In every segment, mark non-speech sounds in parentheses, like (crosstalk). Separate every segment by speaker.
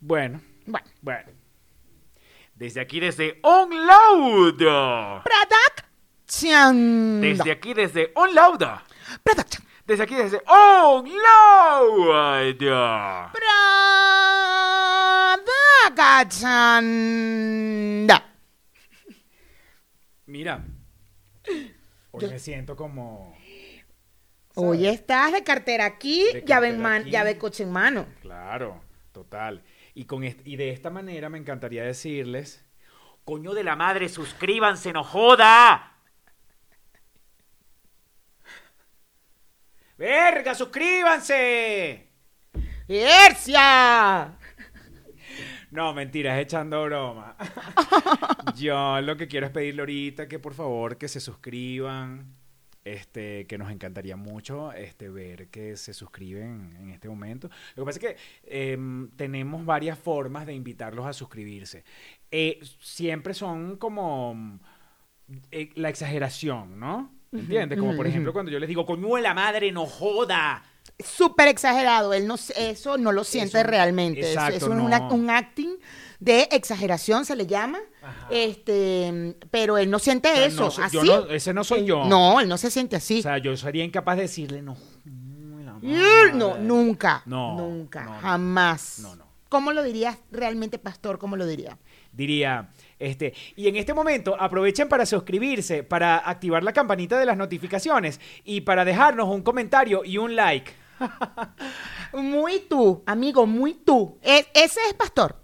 Speaker 1: Bueno,
Speaker 2: Bueno,
Speaker 1: bueno. Desde aquí, desde OnLoud.
Speaker 2: production.
Speaker 1: Desde aquí, desde OnLoud.
Speaker 2: Production.
Speaker 1: Desde aquí, desde OnLoud.
Speaker 2: Production.
Speaker 1: Mira. Hoy me siento como...
Speaker 2: Hoy estás de cartera aquí,
Speaker 1: De
Speaker 2: llave, en
Speaker 1: cartera
Speaker 2: man-
Speaker 1: aquí.
Speaker 2: llave coche en mano.
Speaker 1: Claro, total. Y, con est- y de esta manera me encantaría decirles... Coño de la madre, suscríbanse, no joda. Verga, suscríbanse.
Speaker 2: ¡Ercia!
Speaker 1: No, mentira, es echando
Speaker 2: (laughs)
Speaker 1: broma. Yo lo que quiero es pedirle ahorita que por favor que se suscriban. Este, que nos encantaría mucho este, ver que se suscriben en este momento. Lo que pasa es que em, tenemos varias formas de invitarlos a suscribirse. Eh, siempre son como eh, la exageración, ¿no? ¿Entiendes? Como por ejemplo cuando yo les digo, coño de la madre, no joda.
Speaker 2: Súper exagerado. Él no, s- eso no lo siente
Speaker 1: Eso-
Speaker 2: realmente. Eso-
Speaker 1: exacto,
Speaker 2: eso es
Speaker 1: no.
Speaker 2: una- un acting de exageración, se le llama.
Speaker 1: Ajá.
Speaker 2: Este, pero él no siente
Speaker 1: O sea,
Speaker 2: eso.
Speaker 1: no soy-
Speaker 2: así.
Speaker 1: yo no- ese no soy yo.
Speaker 2: No, él no se siente
Speaker 1: O
Speaker 2: así.
Speaker 1: sea, yo sería incapaz de decirle, no. coño de la madre".
Speaker 2: Mm, No, nunca.
Speaker 1: No,
Speaker 2: nunca.
Speaker 1: no, no.
Speaker 2: jamás.
Speaker 1: No, no.
Speaker 2: ¿Cómo lo dirías realmente, pastor? ¿Cómo lo diría?
Speaker 1: Diría, este, y en este momento aprovechen para suscribirse, para activar la campanita de las notificaciones y para dejarnos un comentario y un like.
Speaker 2: Muy tú, amigo, muy tú. E- ese es pastor.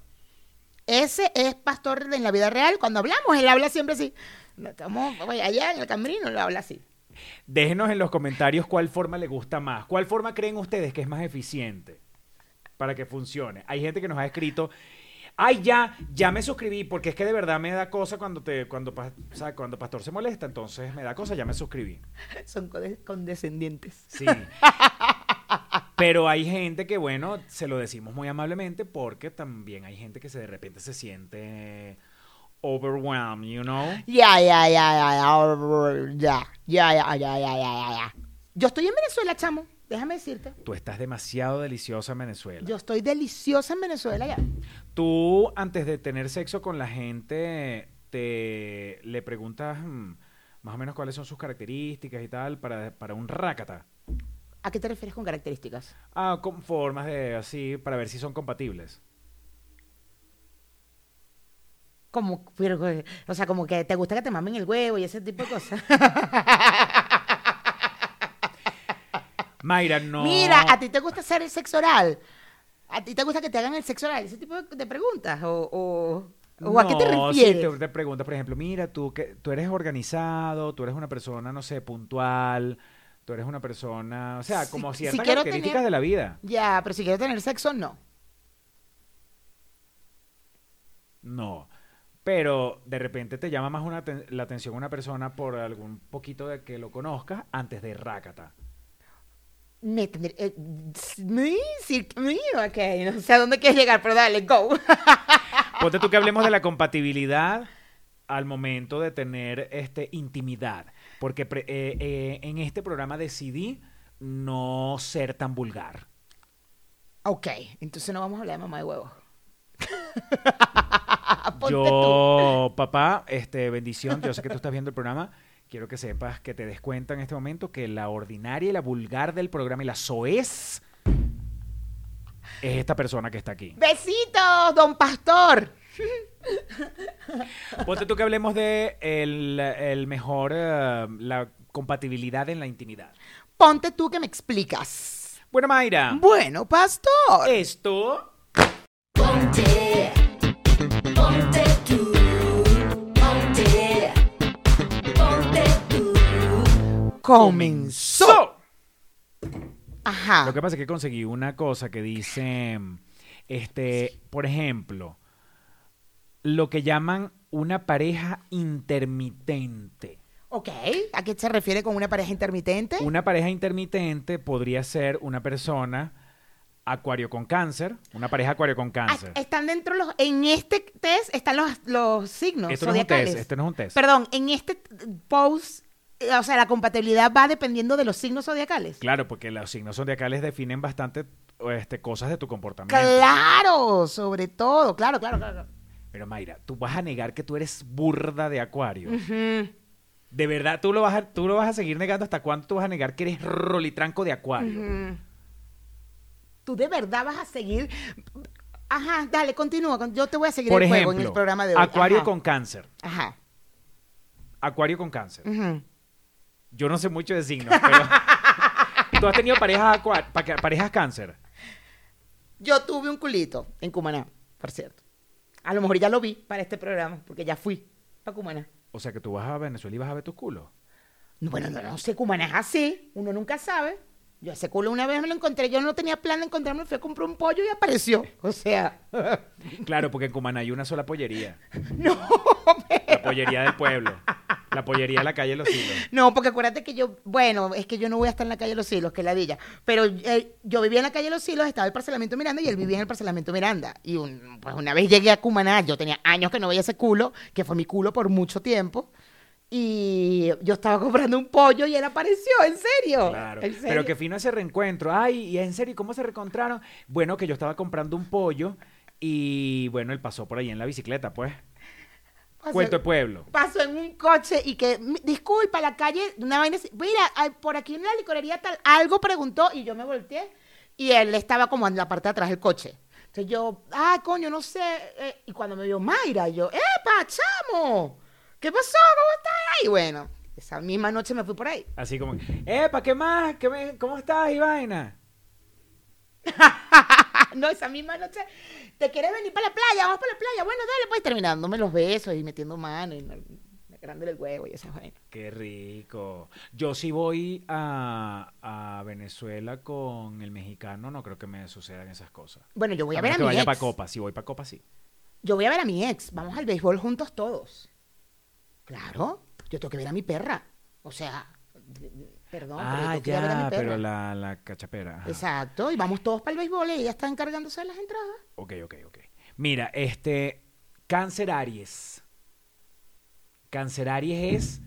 Speaker 2: Ese es pastor en la vida real. Cuando hablamos, él habla siempre así. No, estamos, oye, allá en el camerino, él habla así. (laughs)
Speaker 1: Déjenos en los comentarios cuál forma le gusta más, cuál forma creen ustedes que es más eficiente para que funcione. Hay gente que nos ha escrito, ay ya, ya me suscribí, porque es que de verdad me da cosa cuando te, cuando, pa- o sea, cuando Pastor se molesta, entonces me da cosa, ya me suscribí.
Speaker 2: Son conde- condescendientes.
Speaker 1: Sí. Pero hay gente que, bueno, se lo decimos muy amablemente porque también hay gente que se de repente se siente overwhelmed, you know?
Speaker 2: Ya, ya, ya, ya, ya, ya, ya, ya, ya, ya, ya, ya, ya. Yo estoy en Venezuela, chamo. Déjame decirte.
Speaker 1: Tú estás demasiado deliciosa en Venezuela.
Speaker 2: Yo estoy deliciosa en Venezuela ya.
Speaker 1: Tú, antes de tener sexo con la gente, te le preguntas mm, más o menos cuáles son sus características y tal para, para un rácata.
Speaker 2: ¿A qué te refieres con características?
Speaker 1: Ah, con formas de así, para ver si son compatibles.
Speaker 2: Como, pero, eh, o sea, como que te gusta que te mamen el huevo y ese tipo de cosas. (laughs)
Speaker 1: Mayra, no.
Speaker 2: Mira, ¿a ti te gusta hacer el sexo oral? ¿A ti te gusta que te hagan el sexo oral? Ese tipo de de preguntas. ¿O, o- o a qué te
Speaker 1: No, si
Speaker 2: refieres?
Speaker 1: te, te pregunta, por ejemplo, mira, tú, que, tú eres organizado, tú eres una persona, no sé, puntual, tú eres una persona, o sea,
Speaker 2: Si-
Speaker 1: como
Speaker 2: si
Speaker 1: ciertas
Speaker 2: quiero
Speaker 1: características
Speaker 2: tener-
Speaker 1: de la vida.
Speaker 2: Ya, pero si quiero tener sexo, no.
Speaker 1: No. Pero de repente te llama más una aten- la atención una persona por algún poquito de que lo conozcas antes de Rácata.
Speaker 2: Me tendré- eh, sí, sí, mira, ok, no sé a dónde quieres llegar, pero dale, go. (laughs)
Speaker 1: Ponte tú que hablemos de la compatibilidad al momento de tener este, intimidad. Porque pre- eh, eh, en este programa decidí no ser tan vulgar.
Speaker 2: Ok, entonces no vamos a hablar de mamá de huevo. (laughs) Ponte
Speaker 1: Yo,
Speaker 2: (laughs)
Speaker 1: papá, este, bendición, yo sé que tú estás viendo el programa. Quiero que sepas que te des cuenta en este momento que la ordinaria y la vulgar del programa y la soez es esta persona que está aquí.
Speaker 2: Besitos, don Pastor.
Speaker 1: Ponte tú que hablemos de el, el mejor, eh, la compatibilidad en la intimidad.
Speaker 2: Ponte tú que me explicas.
Speaker 1: Bueno, Mayra,
Speaker 2: Bueno, Pastor.
Speaker 1: esto...
Speaker 3: Ponte, ponte tú, ponte, ponte tú.
Speaker 2: comenzó. Ajá.
Speaker 1: Lo que pasa es que conseguí una cosa que dice, este, por ejemplo, lo que llaman una pareja intermitente.
Speaker 2: Ok, ¿a qué se refiere con una pareja intermitente?
Speaker 1: Una pareja intermitente podría ser una persona acuario con cáncer, una pareja acuario con
Speaker 2: Ah,
Speaker 1: cáncer.
Speaker 2: están dentro los. En este test están los, los signos
Speaker 1: Esto no es un
Speaker 2: zodiacales.
Speaker 1: test, esto no es un test.
Speaker 2: Perdón, en este t- post, eh, o sea, la compatibilidad va dependiendo de los signos zodiacales.
Speaker 1: Claro, porque los signos zodiacales definen bastante o, este, cosas de tu comportamiento.
Speaker 2: Claro, sobre todo, claro, claro, claro.
Speaker 1: Pero Mayra, tú vas a negar que tú eres burda de acuario.
Speaker 2: Ujú,
Speaker 1: De verdad, tú lo vas a, tú lo vas a seguir negando hasta cuándo tú vas a negar que eres rolitranco de acuario.
Speaker 2: ujú. Tú de verdad vas a seguir. Ajá, dale, continúa. con- Yo te voy a seguir
Speaker 1: Por
Speaker 2: el
Speaker 1: ejemplo,
Speaker 2: juego en el programa de hoy.
Speaker 1: acuario
Speaker 2: Ajá,
Speaker 1: con cáncer.
Speaker 2: Ajá.
Speaker 1: Acuario con cáncer.
Speaker 2: ujú.
Speaker 1: Yo no sé mucho de signos,
Speaker 2: (laughs)
Speaker 1: pero tú has tenido parejas acua- pa- parejas cáncer.
Speaker 2: Yo tuve un culito en Cumaná, por cierto. A lo mejor ya lo vi para este programa, porque ya fui para Cumaná.
Speaker 1: O sea que tú vas a Venezuela y vas a ver tus culos.
Speaker 2: No, Bueno, no, no sé, Cumaná es así, uno nunca sabe. Yo ese culo una vez me lo encontré, yo no tenía plan de encontrarme, fui a comprar un pollo y apareció. O sea, (laughs)
Speaker 1: Claro, porque en Cumaná hay una sola pollería.
Speaker 2: no,
Speaker 1: La pollería del pueblo. La pollería de la calle Los Hilos.
Speaker 2: no, porque acuérdate que yo, bueno, es que yo no voy a estar en la calle Los Silos, que es la villa, pero eh, yo vivía en la calle Los Silos, estaba el parcelamiento Miranda y él vivía en el parcelamiento Miranda. Y un- pues una vez llegué a Cumaná, yo tenía años que no veía ese culo, que fue mi culo por mucho tiempo. Y yo estaba (laughs) comprando un pollo y él apareció, en serio.
Speaker 1: Claro.
Speaker 2: ¿En serio?
Speaker 1: Pero que fino ese reencuentro. Ay, y en serio, ¿cómo se reencontraron? Bueno, que yo estaba comprando un pollo y bueno, él pasó por ahí en la bicicleta, pues.
Speaker 2: Pasó-
Speaker 1: Cuento de pueblo.
Speaker 2: pasó en un coche y que, "Mi- disculpa, la calle, una vaina así, mira, ay, por aquí en la licorería tal, algo preguntó y yo me volteé y él estaba como en la parte de atrás del coche. Entonces yo, ah, coño, no sé. eh, y cuando me vio Mayra, yo, ¡epa, chamo! ¿Qué pasó? ¿Cómo estás? Y bueno, esa misma noche me fui por ahí. (laughs)
Speaker 1: Así como, ¡epa, qué más! ¿Qué me- ¿Cómo estás, Ivaina?
Speaker 2: Ah, no, esa misma noche, ¿te quieres venir para la playa? Vamos para la playa. Bueno, dale, pues terminándome los besos y metiendo mano y agarrándole el huevo y esas vainas.
Speaker 1: Qué rico. Yo sí voy a, a Venezuela con el mexicano, no creo que me sucedan esas cosas.
Speaker 2: Bueno, yo voy a ver
Speaker 1: menos
Speaker 2: a
Speaker 1: que
Speaker 2: mi
Speaker 1: vaya
Speaker 2: ex.
Speaker 1: para Copa, si voy para Copa, sí.
Speaker 2: Yo voy a ver a mi ex. Vamos al béisbol juntos todos. Claro. Yo tengo que ver a mi perra. O sea, perdón, pero
Speaker 1: ah,
Speaker 2: yo tengo que ir a ver a
Speaker 1: ya,
Speaker 2: mi perra.
Speaker 1: pero la, la cachapera. ajá.
Speaker 2: Exacto. Y vamos todos para el béisbol y ella está encargándose de las entradas.
Speaker 1: Ok, ok, ok. Mira, este. Cáncer Aries. Cáncer Aries es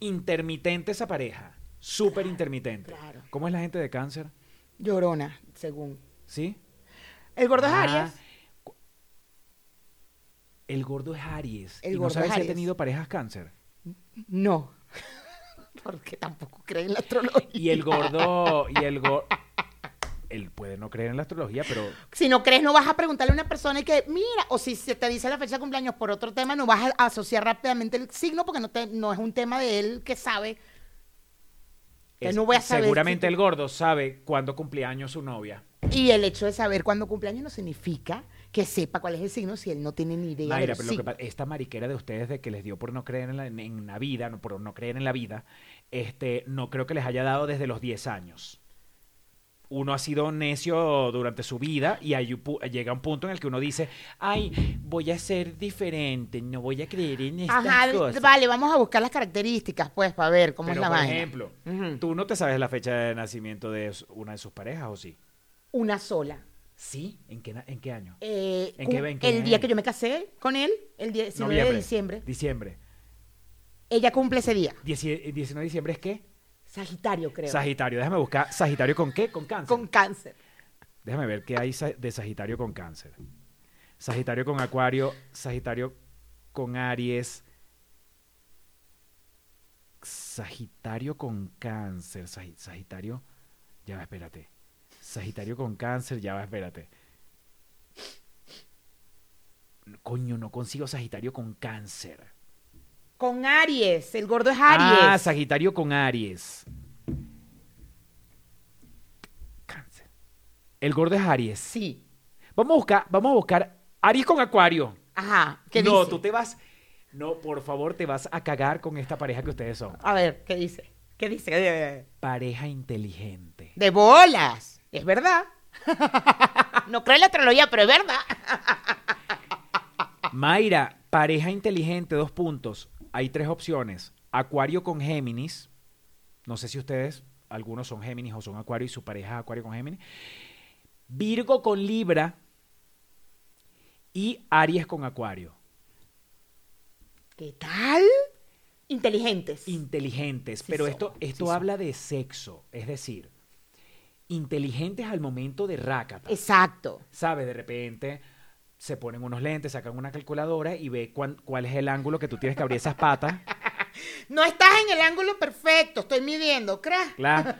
Speaker 1: intermitente esa pareja. Súper intermitente.
Speaker 2: claro.
Speaker 1: ¿Cómo es la gente de cáncer?
Speaker 2: Llorona, según.
Speaker 1: ¿Sí?
Speaker 2: El gordo es
Speaker 1: Ah,
Speaker 2: Arias.
Speaker 1: cu- El gordo es Aries.
Speaker 2: El
Speaker 1: ¿Y no
Speaker 2: gordo
Speaker 1: sabes
Speaker 2: es
Speaker 1: si ha
Speaker 2: Aries.
Speaker 1: tenido parejas cáncer?
Speaker 2: No. (laughs) Porque tampoco cree en la astrología.
Speaker 1: Y el gordo. y el gordo. Él puede no creer en la astrología, pero
Speaker 2: Si no crees, no vas a preguntarle a una persona y que, mira, o si se te dice la fecha de cumpleaños por otro tema, no vas a asociar rápidamente el signo porque no, te, no es un tema de él que sabe. Que
Speaker 1: es-
Speaker 2: no voy a saber
Speaker 1: seguramente
Speaker 2: si-
Speaker 1: el gordo sabe cuándo cumplía años su novia.
Speaker 2: Y el hecho de saber cuándo cumpleaños no significa que sepa cuál es el signo si él no tiene ni idea.
Speaker 1: Mayra,
Speaker 2: del
Speaker 1: pero lo que
Speaker 2: signo.
Speaker 1: pa- esta mariquera de ustedes de que les dio por no creer en la, en- en la vida, no, por no creer en la vida, este, no creo que les haya dado desde los 10 años. Uno ha sido necio durante su vida y hay un pu- llega un punto en el que uno dice, ay, voy a ser diferente, no voy a creer en estas
Speaker 2: Ajá,
Speaker 1: cosas.
Speaker 2: vale, vamos a buscar las características, pues, para ver cómo
Speaker 1: Pero,
Speaker 2: es la
Speaker 1: por
Speaker 2: vaina.
Speaker 1: ejemplo,
Speaker 2: Ujú.
Speaker 1: tú no te sabes la fecha de nacimiento de s- una de sus parejas, ¿o sí?
Speaker 2: Una sola.
Speaker 1: ¿Sí? ¿En qué, na- en qué año?
Speaker 2: Eh,
Speaker 1: ¿En
Speaker 2: cum-
Speaker 1: qué- en qué
Speaker 2: el día
Speaker 1: año?
Speaker 2: que yo me casé con él, el 19 de
Speaker 1: Noviembre.
Speaker 2: diciembre,
Speaker 1: Diciembre.
Speaker 2: ella cumple ese día.
Speaker 1: Dieci- 19 de diciembre es qué?
Speaker 2: Sagitario, creo.
Speaker 1: Sagitario, déjame buscar. ¿Sagitario con qué? Con cáncer.
Speaker 2: con cáncer.
Speaker 1: Déjame ver qué hay sa- de Sagitario con cáncer. Sagitario con Acuario, Sagitario con Aries. Sagitario con cáncer, Sagi- Sagitario. Ya va, espérate. Sagitario con cáncer, ya va, espérate. Coño, no consigo Sagitario con cáncer.
Speaker 2: Con Aries, el gordo es
Speaker 1: Ah,
Speaker 2: Aries.
Speaker 1: Sagitario con Aries. Cáncer. El gordo es Aries.
Speaker 2: sí.
Speaker 1: Vamos a buscar, vamos a buscar Aries con Acuario.
Speaker 2: Ajá, ¿qué
Speaker 1: no,
Speaker 2: dice?
Speaker 1: tú te vas. No, por favor, te vas a cagar con esta pareja que ustedes son.
Speaker 2: A ver, ¿qué dice? ¿Qué dice? Eh,
Speaker 1: Pareja inteligente.
Speaker 2: De bolas. Es verdad. (laughs) no creo en la astrología, pero es verdad.
Speaker 1: Mayra, pareja inteligente, dos puntos. Hay tres opciones. Acuario con Géminis. No sé si ustedes, algunos son Géminis o son Acuario y su pareja es Acuario con Géminis. Virgo con Libra. Y Aries con Acuario.
Speaker 2: ¿Qué tal? Inteligentes.
Speaker 1: inteligentes,
Speaker 2: Sí
Speaker 1: pero
Speaker 2: son,
Speaker 1: esto,
Speaker 2: sí
Speaker 1: esto
Speaker 2: son.
Speaker 1: habla de sexo, es decir, inteligentes al momento de rácata.
Speaker 2: Exacto.
Speaker 1: ¿Sabes? De repente se ponen unos lentes, sacan una calculadora y ve cuán- cuál es el ángulo que tú tienes que abrir esas patas.
Speaker 2: No estás en el ángulo perfecto, estoy midiendo, crack.
Speaker 1: Claro.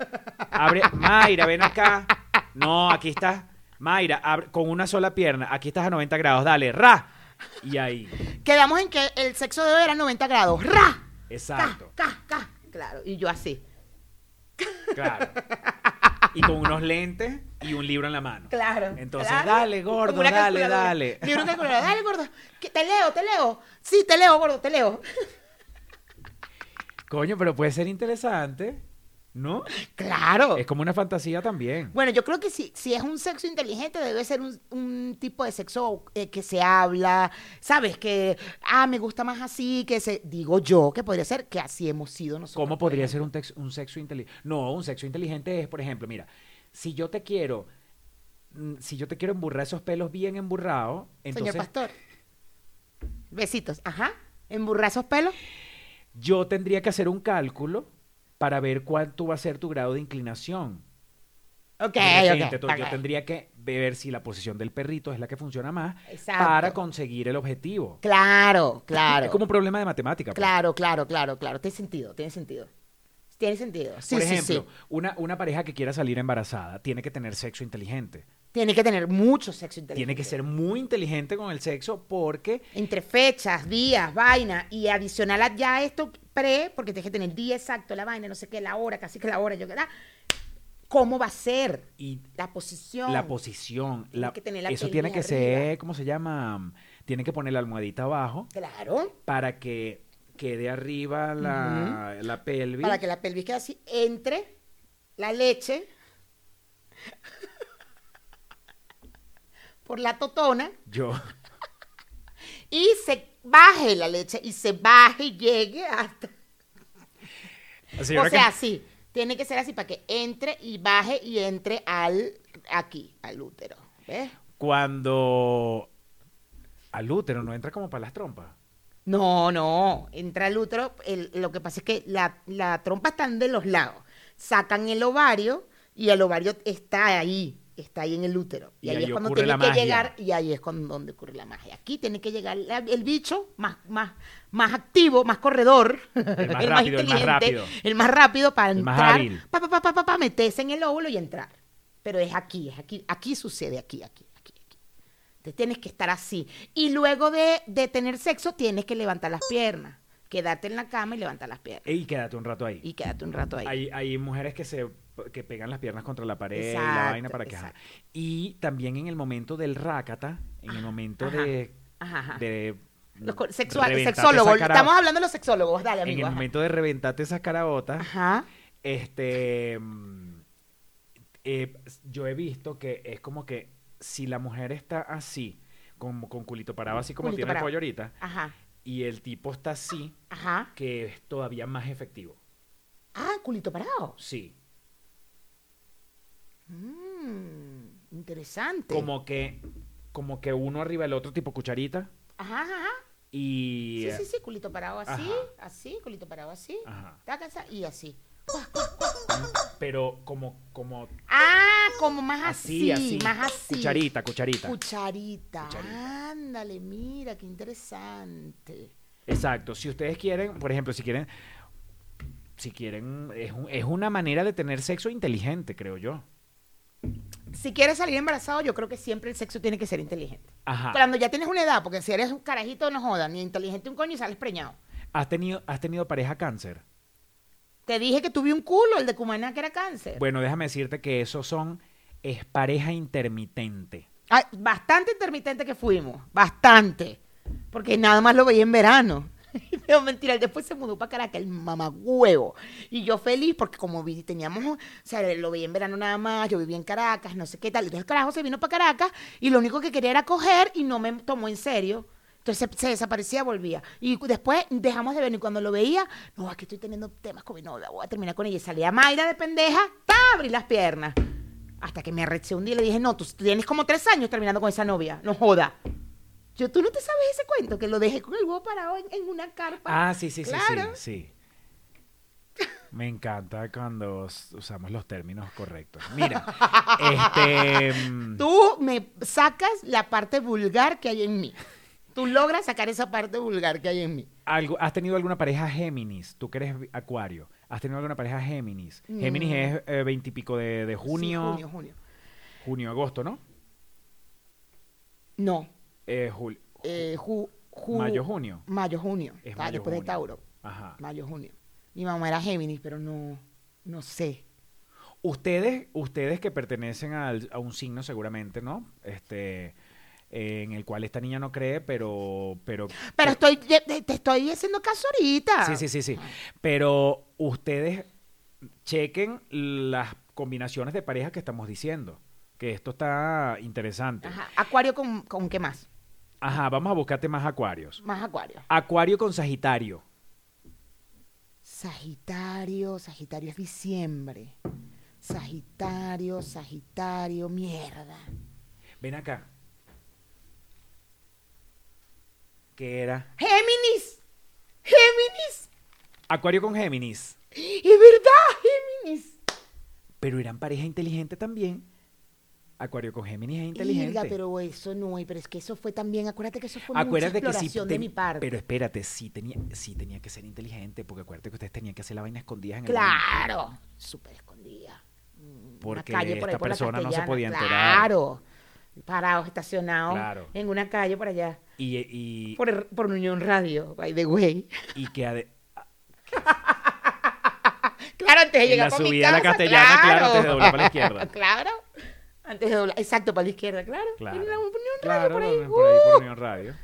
Speaker 1: Abre. Mayra, ven acá. No, aquí estás. Mayra, abre- con una sola pierna. Aquí estás a 90 grados. Dale, ra. Y ahí.
Speaker 2: Quedamos en que el sexo de hoy era 90 grados. ¡Ra!
Speaker 1: Exacto.
Speaker 2: Ca, ca, ca. Claro, y yo así.
Speaker 1: Claro. Y con unos lentes y un libro en la mano.
Speaker 2: Claro.
Speaker 1: Entonces, dale, gordo,
Speaker 2: Como una
Speaker 1: dale,
Speaker 2: calculadora.
Speaker 1: dale.
Speaker 2: Libro de calculadora. Dale, gordo. Que te leo, te leo. Sí, te leo, gordo, te leo.
Speaker 1: Coño, pero puede ser interesante. ¿No?
Speaker 2: Claro.
Speaker 1: Es como una fantasía también.
Speaker 2: Bueno, yo creo que si, si es un sexo inteligente, debe ser un, un tipo de sexo eh, que se habla, ¿sabes? Que, ah, me gusta más así, que se. Digo yo que podría ser que así hemos sido nosotros.
Speaker 1: ¿Cómo podría ser un, tex- un sexo inteligente? No, un sexo inteligente es, por ejemplo, mira, si yo te quiero, mm, si yo te quiero emburrar esos pelos bien emburrados, entonces
Speaker 2: Señor Pastor. Besitos, ajá. Emburrazos pelos.
Speaker 1: yo tendría que hacer un cálculo para ver cuánto va a ser tu grado de inclinación.
Speaker 2: Ok,
Speaker 1: De repente,
Speaker 2: ok.
Speaker 1: entonces,
Speaker 2: ok.
Speaker 1: Yo tendría que ver si la posición del perrito es la que funciona más
Speaker 2: Exacto.
Speaker 1: para conseguir el objetivo. (laughs)
Speaker 2: Claro, claro.
Speaker 1: Es como un problema de matemática. pues.
Speaker 2: Claro, claro, claro, claro. Tiene sentido, tiene sentido. Tiene sentido. Sí,
Speaker 1: Por
Speaker 2: sí,
Speaker 1: ejemplo,
Speaker 2: sí.
Speaker 1: Una, una pareja que quiera salir embarazada tiene que tener sexo inteligente.
Speaker 2: Tiene que tener mucho sexo inteligente.
Speaker 1: Tiene que ser muy inteligente con el sexo porque
Speaker 2: Entre fechas, días, vaina. Y adicional a ya esto pre, porque tienes que tener el día exacto, la vaina, no sé qué, la hora, casi que la hora, yo qué da. ¿Cómo va a ser?
Speaker 1: y
Speaker 2: La posición.
Speaker 1: la posición, la-
Speaker 2: Tiene que tener la
Speaker 1: eso
Speaker 2: pelvis
Speaker 1: tiene que
Speaker 2: arriba.
Speaker 1: ser, ¿cómo se llama? Tienen que poner la almohadita abajo
Speaker 2: Claro.
Speaker 1: para que quede arriba la, la pelvis.
Speaker 2: Para que la pelvis quede así, entre la leche (laughs) por la totona
Speaker 1: Yo, (laughs)
Speaker 2: y se baje la leche y se baje y llegue hasta.
Speaker 1: la señora
Speaker 2: o sea,
Speaker 1: que-
Speaker 2: sí, tiene que ser así para que entre y baje y entre al aquí, al útero. ¿Ves?
Speaker 1: cuando al útero no entra como para las trompas.
Speaker 2: No, no, entra al útero. el- lo que pasa es que la, la trompa está de los lados. Sacan el ovario y el ovario está ahí, está ahí en el útero. Y,
Speaker 1: Y
Speaker 2: ahí,
Speaker 1: ahí
Speaker 2: es cuando
Speaker 1: ocurre
Speaker 2: tiene
Speaker 1: la
Speaker 2: que
Speaker 1: magia.
Speaker 2: llegar, y ahí es con donde ocurre la magia. Aquí tiene que llegar la- el bicho más, más, más activo, más corredor, (laughs) el
Speaker 1: más rápido, el más rápido.
Speaker 2: el más rápido para
Speaker 1: El más
Speaker 2: entrar,
Speaker 1: hábil.
Speaker 2: pa, pa, pa, pa, pa, pa, meterse en el óvulo y entrar. Pero es aquí, es aquí, aquí sucede, aquí, aquí, aquí, aquí. Te tienes que estar así. Y luego de, de tener sexo, tienes que levantar las piernas. Quedarte en la cama y levantar las piernas.
Speaker 1: Y quédate un rato ahí.
Speaker 2: Y quédate un rato ahí.
Speaker 1: Hay, hay mujeres que se que pegan las piernas contra la pared y la
Speaker 2: Exacto,
Speaker 1: vaina para que ajá.
Speaker 2: exacto.
Speaker 1: y también en el momento del rácata en el momento
Speaker 2: ajá,
Speaker 1: de
Speaker 2: ajá, ajá.
Speaker 1: de
Speaker 2: Los co- sexual-
Speaker 1: reventarte
Speaker 2: sexólogos.
Speaker 1: esa cara-
Speaker 2: Estamos hablando de los sexólogos. Dale,
Speaker 1: en
Speaker 2: amigo.
Speaker 1: el
Speaker 2: ajá.
Speaker 1: momento de reventarte esas carabotas
Speaker 2: Ajá.
Speaker 1: Este. mm, eh, yo he visto que es como que si la mujer está así, como con culito parado, así como
Speaker 2: Culito
Speaker 1: tiene el
Speaker 2: parado.
Speaker 1: pollo ahorita,
Speaker 2: Ajá.
Speaker 1: y el tipo está así,
Speaker 2: Ajá.
Speaker 1: que es todavía más efectivo.
Speaker 2: Ah, culito parado.
Speaker 1: Sí.
Speaker 2: Mm, interesante.
Speaker 1: Como que. Como que uno arriba del otro, tipo cucharita.
Speaker 2: Ajá, ajá. ajá.
Speaker 1: Y.
Speaker 2: Sí, sí, sí, culito parado así,
Speaker 1: Ajá.
Speaker 2: así, culito parado así.
Speaker 1: Ajá.
Speaker 2: taca, sa- y así.
Speaker 1: Pero como, como
Speaker 2: Ah, como más así,
Speaker 1: así, así.
Speaker 2: más así.
Speaker 1: Cucharita, cucharita.
Speaker 2: Cucharita.
Speaker 1: Cucharita.
Speaker 2: Ándale, mira, qué interesante.
Speaker 1: Exacto. Si ustedes quieren, por ejemplo, si quieren. Si quieren. Es, un- es una manera de tener sexo inteligente, creo yo.
Speaker 2: Si quieres salir embarazado, yo creo que siempre el sexo tiene que ser inteligente.
Speaker 1: Ajá.
Speaker 2: Cuando ya tienes una edad, porque si eres un carajito, no jodas, ni inteligente un coño y sales preñado.
Speaker 1: ¿Has tenido, has tenido pareja cáncer?
Speaker 2: Te dije que tuve un culo, el de Cumaná, que era cáncer.
Speaker 1: Bueno, déjame decirte que esos son es pareja intermitente.
Speaker 2: Ay, bastante intermitente que fuimos, bastante. Porque nada más lo veía en verano. (laughs) No, mentira, él después se mudó para Caracas, el mamagüevo. Y yo feliz porque como vi, teníamos, un- o sea, lo veía en verano nada más, yo vivía en Caracas, no sé qué tal. Entonces el carajo se vino para Caracas y lo único que quería era coger y no me tomó en serio. Entonces se, se desaparecía, volvía. Y cu- después dejamos de venir. Cuando lo veía, no, aquí estoy teniendo temas con mi novia, voy a terminar con ella. Y salía Mayra de pendeja, ¡ta! abrí las piernas. Hasta que me arreché un día y le dije, no, tú tienes como tres años terminando con esa novia, no joda. Yo, tú no te sabes ese cuento, que lo dejé con el huevo parado en, en una carpa.
Speaker 1: Ah, sí, sí, sí,
Speaker 2: Claro.
Speaker 1: sí, sí. Me encanta cuando s- usamos los términos correctos. Mira, este. mm,
Speaker 2: Tú me sacas la parte vulgar que hay en mí. Tú logras sacar esa parte vulgar que hay en mí.
Speaker 1: algo- ¿Has tenido alguna pareja Géminis? Tú que eres vi- Acuario. ¿Has tenido alguna pareja Géminis? Géminis
Speaker 2: Mm.
Speaker 1: es eh, 20 y pico de, de junio,
Speaker 2: Sí, junio,
Speaker 1: junio.
Speaker 2: junio.
Speaker 1: agosto, ¿no?
Speaker 2: No.
Speaker 1: Eh, jul-
Speaker 2: eh, ju- ju-
Speaker 1: mayo, junio.
Speaker 2: Mayo, junio.
Speaker 1: Es
Speaker 2: Ah,
Speaker 1: mayo,
Speaker 2: después de
Speaker 1: junio. Ah.
Speaker 2: Tauro.
Speaker 1: Ajá.
Speaker 2: Mayo, junio. Mi mamá era Géminis, pero no, no sé.
Speaker 1: Ustedes, ustedes que pertenecen al- a un signo seguramente, ¿no? Este, eh, en el cual esta niña no cree, pero, pero,
Speaker 2: Pero estoy, te, te estoy haciendo caso ahorita.
Speaker 1: sí, sí, sí, sí. Pero ustedes chequen las combinaciones de parejas que estamos diciendo, que esto está interesante. Ajá,
Speaker 2: Ajá. Acuario con, con qué más?
Speaker 1: vamos a buscarte más acuarios.
Speaker 2: Más acuario.
Speaker 1: Acuario con Sagitario.
Speaker 2: Sagitario, Sagitario es diciembre. Sagitario, Sagitario, mierda.
Speaker 1: Ven acá. ¿Qué era?
Speaker 2: Géminis. Géminis.
Speaker 1: Acuario con Géminis.
Speaker 2: Es verdad, Géminis.
Speaker 1: Pero eran pareja inteligente también. Acuario con Géminis es inteligente.
Speaker 2: Mierda, pero eso no, y pero es que eso fue también, acuérdate que eso fue
Speaker 1: acuérdate
Speaker 2: mucha
Speaker 1: que sí
Speaker 2: exploración de
Speaker 1: ten-
Speaker 2: mi parte.
Speaker 1: Pero espérate, sí tenía, sí tenía que ser inteligente, porque acuérdate que ustedes tenían que hacer la vaina escondida en el baño,
Speaker 2: Claro, súper escondida. Una
Speaker 1: Porque
Speaker 2: calle por ahí
Speaker 1: esta
Speaker 2: por la
Speaker 1: persona no se
Speaker 2: Castellana,
Speaker 1: podía enterar.
Speaker 2: Claro, parados, estacionados
Speaker 1: Claro.
Speaker 2: en una calle por allá,
Speaker 1: Y, y,
Speaker 2: por, el- por Unión Radio, by the way. (laughs)
Speaker 1: y que ade-
Speaker 2: Claro, antes de
Speaker 1: En
Speaker 2: llegar
Speaker 1: la
Speaker 2: pa' mi
Speaker 1: subida a la
Speaker 2: casa,
Speaker 1: Castellana, claro, antes de doblar para la
Speaker 2: (laughs)
Speaker 1: izquierda.
Speaker 2: claro, antes de doblar, exacto, para la izquierda, claro.
Speaker 1: Claro.
Speaker 2: En la Unión Radio
Speaker 1: Claro,
Speaker 2: por ahí.
Speaker 1: no, por ahí por
Speaker 2: uh,
Speaker 1: Unión Radio.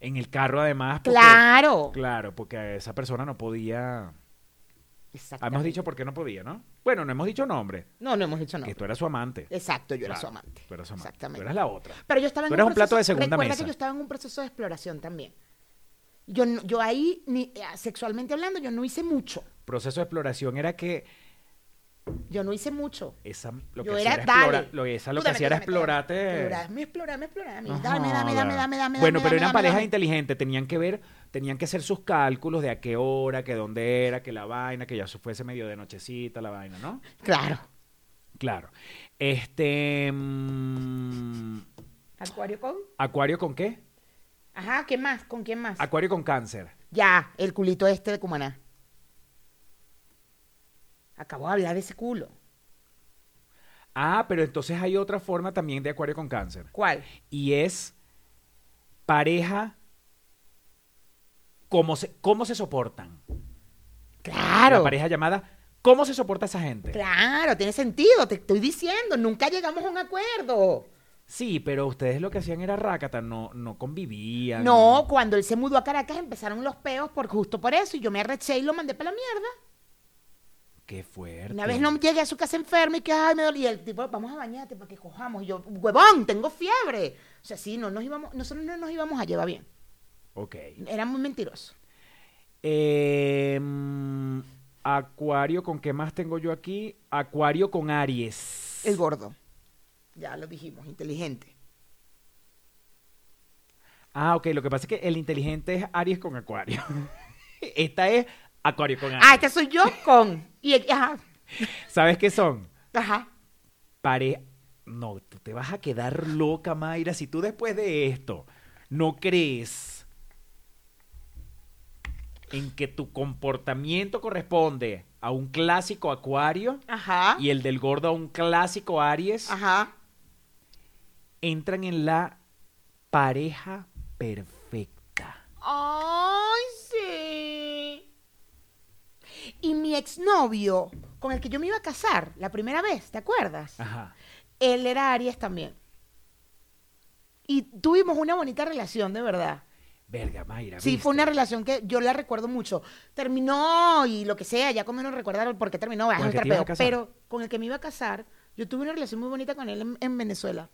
Speaker 1: En el carro, además. porque-
Speaker 2: Claro.
Speaker 1: Claro, porque esa persona no podía.
Speaker 2: Exactamente.
Speaker 1: Hemos dicho por qué no podía, ¿no? Bueno, no hemos dicho nombre.
Speaker 2: No, no hemos dicho nada.
Speaker 1: Que tú eras su amante.
Speaker 2: Exacto, yo era
Speaker 1: Claro,
Speaker 2: su amante.
Speaker 1: Tú eras su amante.
Speaker 2: Exactamente.
Speaker 1: Tú eras la otra.
Speaker 2: Pero yo estaba en
Speaker 1: Tú eras un plato de segunda
Speaker 2: recuerda
Speaker 1: mesa.
Speaker 2: que yo estaba en un proceso de exploración también. Yo, no- yo ahí, ni, eh, sexualmente hablando, yo no hice mucho.
Speaker 1: Proceso de exploración era que
Speaker 2: Yo no hice mucho.
Speaker 1: esa lo que
Speaker 2: Yo
Speaker 1: hacía
Speaker 2: era,
Speaker 1: era
Speaker 2: dale.
Speaker 1: explora- lo que esa lo
Speaker 2: Tú
Speaker 1: que
Speaker 2: dame,
Speaker 1: hacía
Speaker 2: tú
Speaker 1: era
Speaker 2: dame, tú dame.
Speaker 1: explorarte.
Speaker 2: Explorarme, explorarme, explorarme.
Speaker 1: No
Speaker 2: Dame, dame, dame,
Speaker 1: joda.
Speaker 2: dame, dame.
Speaker 1: Bueno, pero
Speaker 2: dame, dame,
Speaker 1: eran
Speaker 2: dame,
Speaker 1: parejas
Speaker 2: dame.
Speaker 1: inteligentes, tenían que ver, tenían que hacer sus cálculos de a qué hora, que dónde era, que la vaina, que ya se fuese medio de nochecita la vaina, ¿no?
Speaker 2: Claro.
Speaker 1: Claro. Este mm,
Speaker 2: Acuario con.
Speaker 1: Acuario con qué?
Speaker 2: Ajá, ¿qué más? ¿Con quién más?
Speaker 1: Acuario con cáncer.
Speaker 2: ya, el culito este de Cumaná. Acabo de hablar de ese culo.
Speaker 1: Ah, pero entonces hay otra forma también de acuario con cáncer.
Speaker 2: ¿Cuál?
Speaker 1: Y es pareja cómo se, cómo se soportan. La
Speaker 2: Claro.
Speaker 1: pareja llamada ¿Cómo se soporta esa gente?
Speaker 2: Claro, tiene sentido, te estoy diciendo. Nunca llegamos a un acuerdo.
Speaker 1: Sí, pero ustedes lo que hacían era rácata, no, no convivían.
Speaker 2: No, cuando él se mudó a Caracas empezaron los peos por justo por eso y yo me arreché y lo mandé para la mierda.
Speaker 1: Qué fuerte.
Speaker 2: Una vez no llegué a su casa enfermo y que ay me dolía el tipo, vamos a bañarte para que cojamos y yo, huevón, tengo fiebre. O sea, sí, no nos íbamos, nosotros no nos íbamos a llevar bien.
Speaker 1: Ok.
Speaker 2: Era muy mentiroso.
Speaker 1: Eh, mm, acuario, ¿con qué más tengo yo aquí? Acuario con Aries.
Speaker 2: El gordo. Ya lo dijimos, inteligente.
Speaker 1: Ah, ok. Lo que pasa es que el inteligente es Aries con Acuario. (laughs) Esta es Acuario con Aries.
Speaker 2: Ah, este soy yo con. Y el- ajá,
Speaker 1: ¿Sabes qué son?
Speaker 2: ajá.
Speaker 1: Pare... No, tú te vas a quedar loca, Mayra, si tú después de esto no crees en que tu comportamiento corresponde a un clásico Acuario
Speaker 2: Ajá.
Speaker 1: y el del gordo a un clásico Aries,
Speaker 2: Ajá.
Speaker 1: entran en la pareja perfecta.
Speaker 2: Ay, sí. Y mi exnovio, con el que yo me iba a casar la primera vez, ¿te acuerdas?
Speaker 1: Ajá.
Speaker 2: Él era Aries también. Y tuvimos una bonita relación, de verdad.
Speaker 1: Verga, Mayra.
Speaker 2: Sí,
Speaker 1: ¿viste?
Speaker 2: fue una relación que yo la recuerdo mucho. Terminó y lo que sea, ya como no recordar por qué terminó, vas a
Speaker 1: ¿Con el que
Speaker 2: estar
Speaker 1: te ibas a
Speaker 2: peor.
Speaker 1: casar?
Speaker 2: Pero con el que me iba a casar, yo tuve una relación muy bonita con él en, en Venezuela.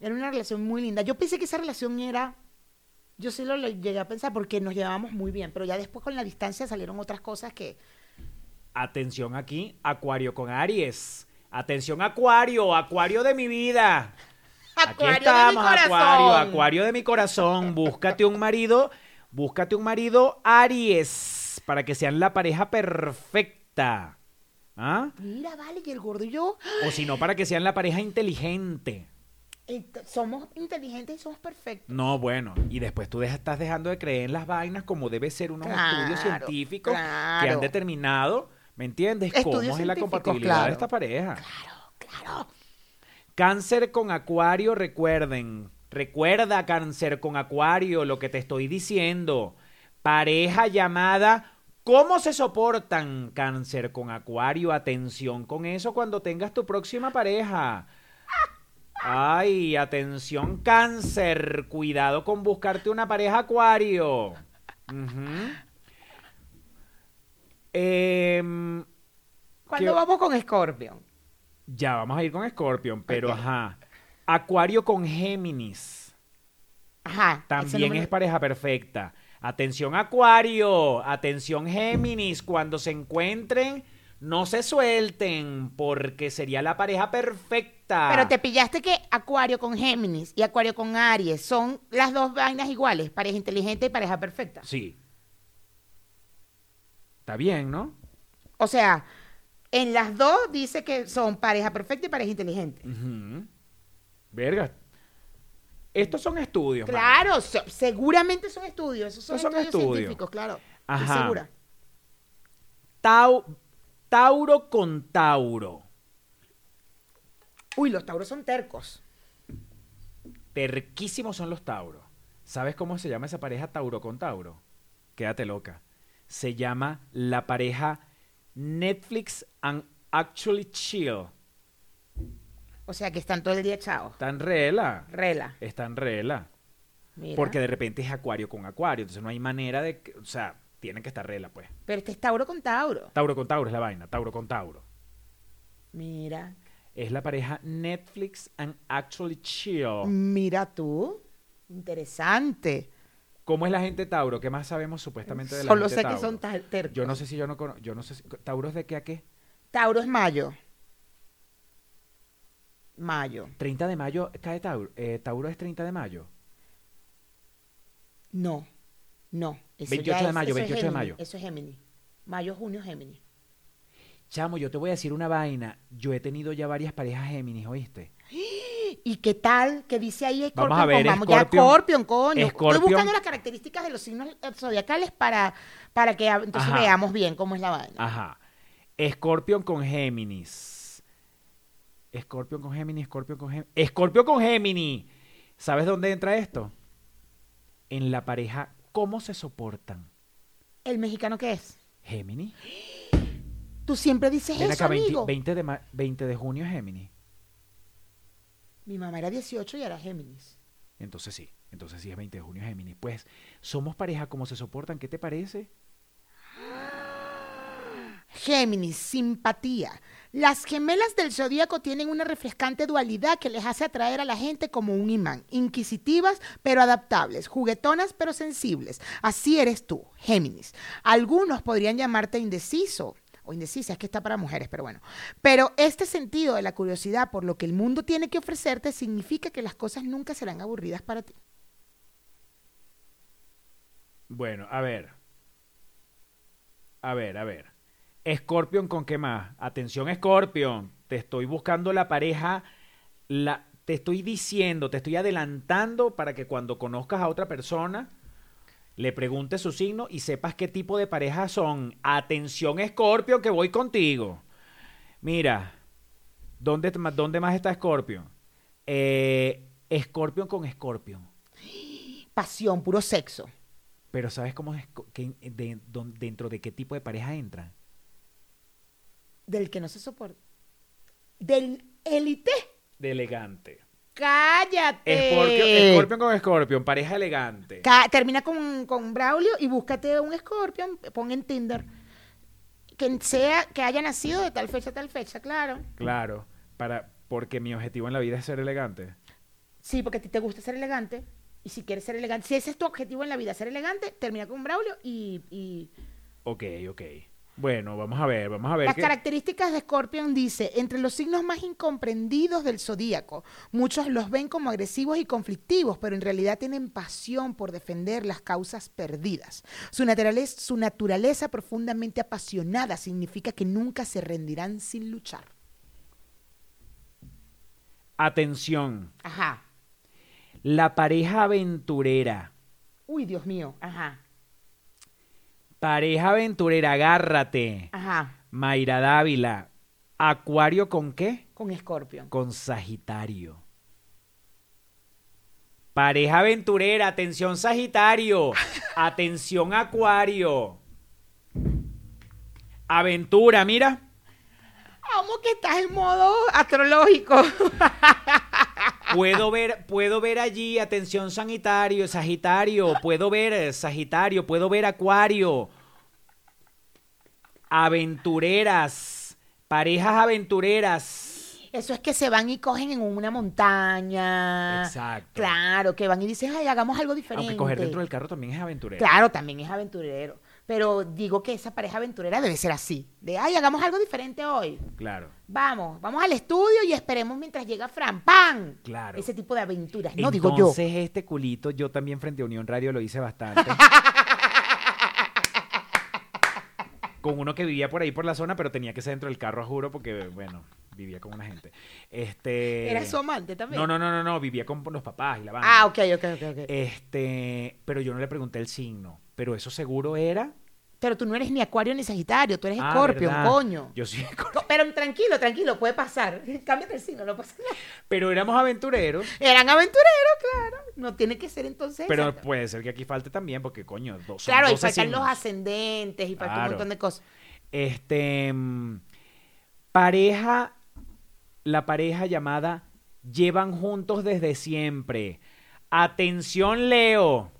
Speaker 2: Era una relación muy linda. Yo pensé que esa relación era. Yo sí lo, lo llegué a pensar porque nos llevábamos muy bien, pero ya después con la distancia salieron otras cosas que.
Speaker 1: Atención aquí, Acuario con Aries. Atención, Acuario, Acuario de mi vida.
Speaker 2: Acuario de
Speaker 1: aquí
Speaker 2: mi
Speaker 1: estamos, Acuario,
Speaker 2: corazón.
Speaker 1: Acuario de mi corazón. Búscate un marido, búscate un marido Aries para que sean la pareja perfecta. ¿Ah?
Speaker 2: Mira, vale, que el gordo y yo
Speaker 1: O si no, para que sean la pareja inteligente.
Speaker 2: eh, somos inteligentes y somos perfectos.
Speaker 1: No, bueno, y después tú deja- estás dejando de creer en las vainas como debe ser unos
Speaker 2: Claro,
Speaker 1: estudios científicos que
Speaker 2: claro.
Speaker 1: han determinado, ¿me entiendes?
Speaker 2: Estudios
Speaker 1: cómo es la
Speaker 2: científicos,
Speaker 1: compatibilidad de
Speaker 2: claro.
Speaker 1: esta pareja.
Speaker 2: Claro, claro.
Speaker 1: Cáncer con acuario, recuerden. Recuerda, cáncer con acuario, lo que te estoy diciendo. Pareja llamada, ¿cómo se soportan cáncer con acuario? Atención con eso cuando tengas tu próxima pareja. Ay, atención cáncer, cuidado con buscarte una pareja acuario. Ujú. Em,
Speaker 2: ¿Cuándo
Speaker 1: ¿Qué-
Speaker 2: vamos con Scorpion?
Speaker 1: ya vamos a ir con Scorpion, pero ajá. Acuario con Géminis.
Speaker 2: Ajá. ese
Speaker 1: También
Speaker 2: nombre-
Speaker 1: es pareja perfecta. Atención Acuario, atención Géminis, cuando se encuentren, no se suelten, porque sería la pareja perfecta.
Speaker 2: Pero te pillaste que Acuario con Géminis y Acuario con Aries son las dos vainas iguales, pareja inteligente y pareja perfecta.
Speaker 1: Sí. Está bien, ¿no?
Speaker 2: O sea, en las dos dice que son pareja perfecta y pareja inteligente.
Speaker 1: Ujú. Verga. Estos son estudios. mano.
Speaker 2: Claro, se- seguramente son estudios, esos son,
Speaker 1: Esos son
Speaker 2: estudios,
Speaker 1: estudios.
Speaker 2: científicos, claro. Estoy
Speaker 1: Ajá.
Speaker 2: segura.
Speaker 1: Tau- Tauro con Tauro.
Speaker 2: Uy, los tauros son tercos.
Speaker 1: Terquísimos son los Tauros. ¿Sabes cómo se llama esa pareja Tauro con Tauro? Quédate loca. Se llama la pareja Netflix and Actually Chill.
Speaker 2: O sea, que están todo el día echados.
Speaker 1: Están rela.
Speaker 2: Rela.
Speaker 1: Están rela.
Speaker 2: Mira.
Speaker 1: Porque de repente es acuario con acuario. Entonces no hay manera de... que- O sea, tienen que estar rela, pues.
Speaker 2: Pero este es Tauro con Tauro.
Speaker 1: Tauro con Tauro es la vaina. Tauro con Tauro.
Speaker 2: Mira.
Speaker 1: Es la pareja Netflix and Actually Chill.
Speaker 2: Mm. Mira tú. Interesante.
Speaker 1: ¿Cómo es la gente Tauro? ¿Qué más sabemos supuestamente de la
Speaker 2: Solo
Speaker 1: gente
Speaker 2: sé
Speaker 1: Tauro?
Speaker 2: que son ta- tercos.
Speaker 1: Yo no sé si yo no conozco... Yo no sé si... ¿Tauro es de qué a qué?
Speaker 2: Tauro es mayo. Mayo.
Speaker 1: 30 de mayo cae Tauro. Eh, Tauro es 30 de mayo.
Speaker 2: No. No. Eso
Speaker 1: 28
Speaker 2: ya
Speaker 1: de
Speaker 2: es-
Speaker 1: mayo,
Speaker 2: eso es
Speaker 1: 28 de
Speaker 2: Géminis,
Speaker 1: mayo.
Speaker 2: Eso es Géminis. Mayo, junio, Géminis.
Speaker 1: Chamo, yo te voy a decir una vaina. Yo he tenido ya varias parejas Géminis, ¿oíste?
Speaker 2: ¿Y qué tal? ¿Qué dice ahí Scorpion?
Speaker 1: a ver,
Speaker 2: Vamos ya
Speaker 1: Scorpion.
Speaker 2: Scorpion, coño.
Speaker 1: Scorpion.
Speaker 2: Estoy buscando las características de los signos eh, zodiacales para, para que ah, entonces
Speaker 1: Ajá. Ah.
Speaker 2: veamos bien cómo es la vaina.
Speaker 1: Ajá. Escorpión con Géminis. Escorpión con Géminis, Escorpión con Géminis. Escorpio con Géminis. ¿Sabes dónde entra esto? En la pareja, ¿cómo se soportan?
Speaker 2: ¿El mexicano qué es?
Speaker 1: Géminis.
Speaker 2: Tú siempre dices
Speaker 1: Ven
Speaker 2: eso,
Speaker 1: acá, 20,
Speaker 2: amigo.
Speaker 1: 20 de, ma- 20 de junio es Géminis.
Speaker 2: Mi mamá era 18 y era Géminis.
Speaker 1: Entonces sí, entonces sí es 20 de junio es Géminis. Pues somos pareja, ¿cómo se soportan? ¿Qué te parece?
Speaker 2: Géminis, simpatía. Las gemelas del zodíaco tienen una refrescante dualidad que les hace atraer a la gente como un imán. Inquisitivas, pero adaptables. Juguetonas, pero sensibles. Así eres tú, Géminis. Algunos podrían llamarte indeciso o indecisa, es que está para mujeres, pero bueno. Pero este sentido de la curiosidad por lo que el mundo tiene que ofrecerte significa que las cosas nunca serán aburridas para ti.
Speaker 1: Bueno, a ver. A ver, a ver. Scorpion con qué más? Atención, Scorpion. Te estoy buscando la pareja. La, te estoy diciendo, te estoy adelantando para que cuando conozcas a otra persona, le preguntes su signo y sepas qué tipo de pareja son. Atención, Scorpion, que voy contigo. Mira, ¿dónde, ma- dónde más está Scorpion? Eh, Scorpion con Scorpion.
Speaker 2: Pasión, puro sexo.
Speaker 1: Pero ¿sabes cómo es co- qué- de- don- dentro de qué tipo de pareja entran?
Speaker 2: Del que no se soporta. Del élite.
Speaker 1: De elegante.
Speaker 2: Cállate.
Speaker 1: Scorpio, Scorpion con Scorpion, pareja elegante.
Speaker 2: Eh. Ca- termina con, con Braulio y búscate un Scorpion, pon en Tinder. Que sea, que haya nacido de tal fecha a tal fecha, claro.
Speaker 1: Claro, para, porque mi objetivo en la vida es ser elegante.
Speaker 2: Sí, porque a ti te gusta ser elegante. Y si quieres ser elegante, si ese es tu objetivo en la vida, ser elegante, termina con Braulio y, y
Speaker 1: Ok, ok. Bueno, vamos a ver, vamos a ver.
Speaker 2: Las
Speaker 1: qué-
Speaker 2: características de Scorpion dice, entre los signos más incomprendidos del zodíaco, muchos los ven como agresivos y conflictivos, pero en realidad tienen pasión por defender las causas perdidas. Su naturaleza, su naturaleza profundamente apasionada significa que nunca se rendirán sin luchar.
Speaker 1: Atención,
Speaker 2: Ajá.
Speaker 1: la pareja aventurera.
Speaker 2: Uy, Dios mío. Ajá.
Speaker 1: Pareja aventurera, agárrate.
Speaker 2: Ajá.
Speaker 1: Mayra Dávila. Acuario con qué?
Speaker 2: Con Scorpion.
Speaker 1: Con Sagitario. Pareja aventurera, atención Sagitario. Atención Acuario. Aventura, mira.
Speaker 2: Vamos que estás en modo astrológico.
Speaker 1: Puedo ver, puedo ver allí, atención sanitario, Sagitario, puedo ver eh, Sagitario, puedo ver Acuario. Aventureras, parejas aventureras.
Speaker 2: (laughs) Eso es que se van y cogen en una montaña.
Speaker 1: Exacto.
Speaker 2: Claro, que van y dicen, ay, hagamos algo diferente.
Speaker 1: Aunque coger dentro del carro también es aventurero.
Speaker 2: Claro, también es aventurero. Pero digo que esa pareja aventurera debe ser así. De, ay, hagamos algo diferente hoy.
Speaker 1: Claro.
Speaker 2: Vamos, vamos al estudio y esperemos mientras llega Fran. ¡Pam!
Speaker 1: Claro.
Speaker 2: Ese tipo de aventuras. No
Speaker 1: Entonces,
Speaker 2: digo yo.
Speaker 1: este culito, yo también frente a Unión Radio lo hice
Speaker 2: (laughs)
Speaker 1: bastante. con uno que vivía por ahí por la zona, pero tenía que ser dentro del carro, juro, porque, bueno, vivía con una gente. Este.
Speaker 2: Era su amante también.
Speaker 1: No, Eh, no, no, no, no, vivía con los papás y la banda.
Speaker 2: Ah, ok, ok, ok. ok.
Speaker 1: Este, pero yo no le pregunté el signo, pero eso seguro era
Speaker 2: Pero tú no eres ni Acuario ni Sagitario, tú eres
Speaker 1: Ah,
Speaker 2: Escorpio,
Speaker 1: ¿verdad?
Speaker 2: coño.
Speaker 1: Yo (laughs) sí,
Speaker 2: No, Pero tranquilo, tranquilo, puede pasar. (laughs) Cámbiate el signo, no pasa nada.
Speaker 1: pero éramos aventureros,
Speaker 2: Eran aventureros, claro. No tiene que ser entonces.
Speaker 1: pero
Speaker 2: exacto.
Speaker 1: puede ser que aquí falte también porque coño, do- son
Speaker 2: claro, y
Speaker 1: 12
Speaker 2: faltan
Speaker 1: signos.
Speaker 2: los ascendentes y falta un
Speaker 1: Claro.
Speaker 2: montón de cosas.
Speaker 1: Este mm, pareja la pareja llamada llevan juntos desde siempre. Atención, Leo.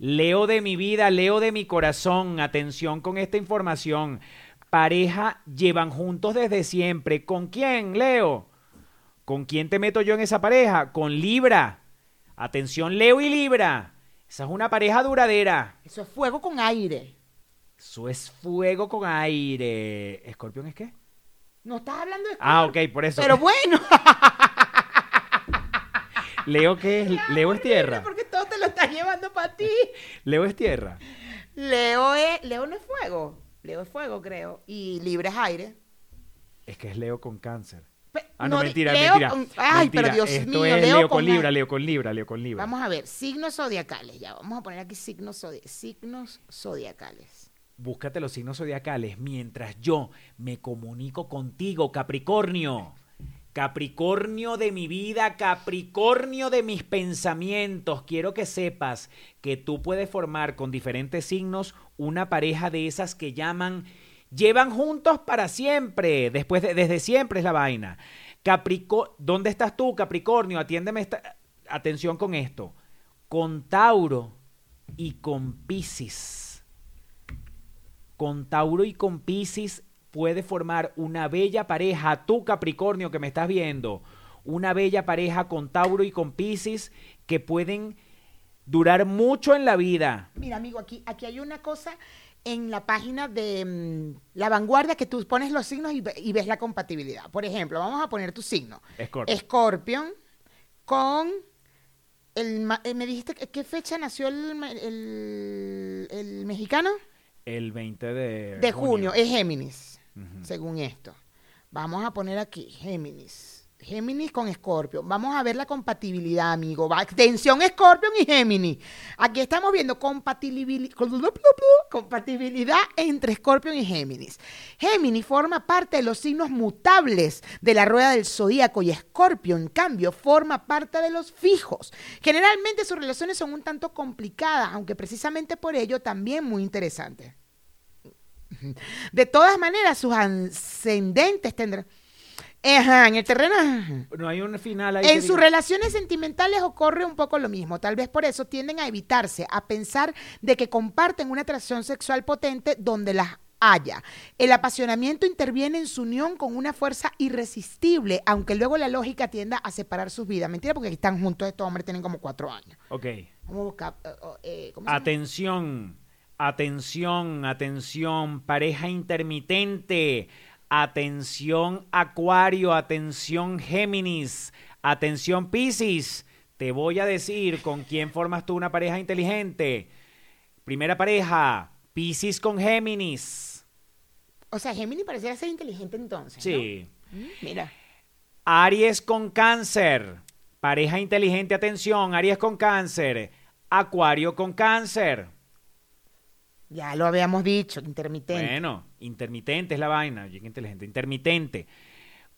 Speaker 1: Leo de mi vida, Leo de mi corazón, atención con esta información. Pareja llevan juntos desde siempre. ¿Con quién, Leo? ¿Con quién te meto yo en esa pareja? Con Libra. Atención, Leo y Libra. Esa es una pareja duradera.
Speaker 2: Eso es fuego con aire.
Speaker 1: Eso es fuego con aire. ¿Escorpión es qué?
Speaker 2: No estás hablando de
Speaker 1: Ah,
Speaker 2: Scorpio,
Speaker 1: ok, por eso.
Speaker 2: Pero bueno.
Speaker 1: (laughs) Leo qué es? Leo es tierra.
Speaker 2: (laughs) Porque todo te lo estás llevando para ti.
Speaker 1: Leo es tierra.
Speaker 2: Leo es, Leo no es fuego. Leo es fuego, creo. Y Libra es aire.
Speaker 1: Es que es Leo con cáncer.
Speaker 2: Pe-
Speaker 1: Ah, no,
Speaker 2: di-
Speaker 1: mentira,
Speaker 2: Leo
Speaker 1: mentira.
Speaker 2: con- ay,
Speaker 1: mentira.
Speaker 2: pero Dios
Speaker 1: Esto
Speaker 2: mío,
Speaker 1: es
Speaker 2: Leo,
Speaker 1: Leo con Libra,
Speaker 2: aire.
Speaker 1: Leo con Libra, Leo con Libra.
Speaker 2: Vamos a ver, signos zodiacales. Ya, vamos a poner aquí signos, zodi- signos zodiacales.
Speaker 1: Búscate los signos zodiacales mientras yo me comunico contigo, Capricornio. Capricornio de mi vida, Capricornio de mis pensamientos. Quiero que sepas que tú puedes formar con diferentes signos una pareja de esas que llaman llevan juntos para siempre. Después de- desde siempre es la vaina. Capricornio, ¿dónde estás tú, Capricornio? Atiéndeme esta atención con esto. Con Tauro y con Piscis con Tauro y con Piscis puede formar una bella pareja, tú Capricornio que me estás viendo, una bella pareja con Tauro y con Piscis que pueden durar mucho en la vida.
Speaker 2: Mira, amigo, aquí, aquí hay una cosa en la página de mm, La Vanguardia que tú pones los signos y, ve- y ves la compatibilidad. Por ejemplo, vamos a poner tu signo.
Speaker 1: Escorpio.
Speaker 2: Escorpión con... El, ma- eh, ¿Me dijiste que- qué fecha nació el, ma- el- el mexicano?
Speaker 1: El 20 de,
Speaker 2: De junio, es Géminis,
Speaker 1: Ujú.
Speaker 2: según esto. Vamos a poner aquí Géminis. Géminis con Escorpio. Vamos a ver la compatibilidad, amigo. Va- Atención, Escorpio y Géminis. Aquí estamos viendo compatibili- compatibilidad entre Escorpio y Géminis. Géminis forma parte de los signos mutables de la rueda del zodíaco y Escorpio, en cambio, forma parte de los fijos. Generalmente sus relaciones son un tanto complicadas, aunque precisamente por ello también muy interesantes. De todas maneras, sus ascendentes tendrán. Ajá, en el terreno. ajá.
Speaker 1: No hay un final ahí. que
Speaker 2: En sus
Speaker 1: diga-
Speaker 2: relaciones sentimentales ocurre un poco lo mismo. Tal vez por eso tienden a evitarse, a pensar de que comparten una atracción sexual potente donde las haya. El apasionamiento interviene en su unión con una fuerza irresistible, aunque luego la lógica tienda a separar sus vidas. Mentira, porque están juntos estos hombres, tienen como cuatro años.
Speaker 1: Ok.
Speaker 2: Vamos a buscar. eh, eh, oh, ¿cómo se llama?
Speaker 1: Atención, Atención, atención, pareja intermitente. Atención, Acuario. Atención, Géminis. Atención, Piscis. Te voy a decir con quién formas tú una pareja inteligente. Primera pareja, Piscis con Géminis.
Speaker 2: O sea, Gemini pareciera ser inteligente entonces. ¿no?
Speaker 1: Sí.
Speaker 2: Mm, Mira.
Speaker 1: Aries con cáncer. Pareja inteligente, atención. Aries con cáncer. Acuario con cáncer.
Speaker 2: Ya lo habíamos dicho, intermitente.
Speaker 1: Bueno, intermitente es la vaina. Bien inteligente. Intermitente.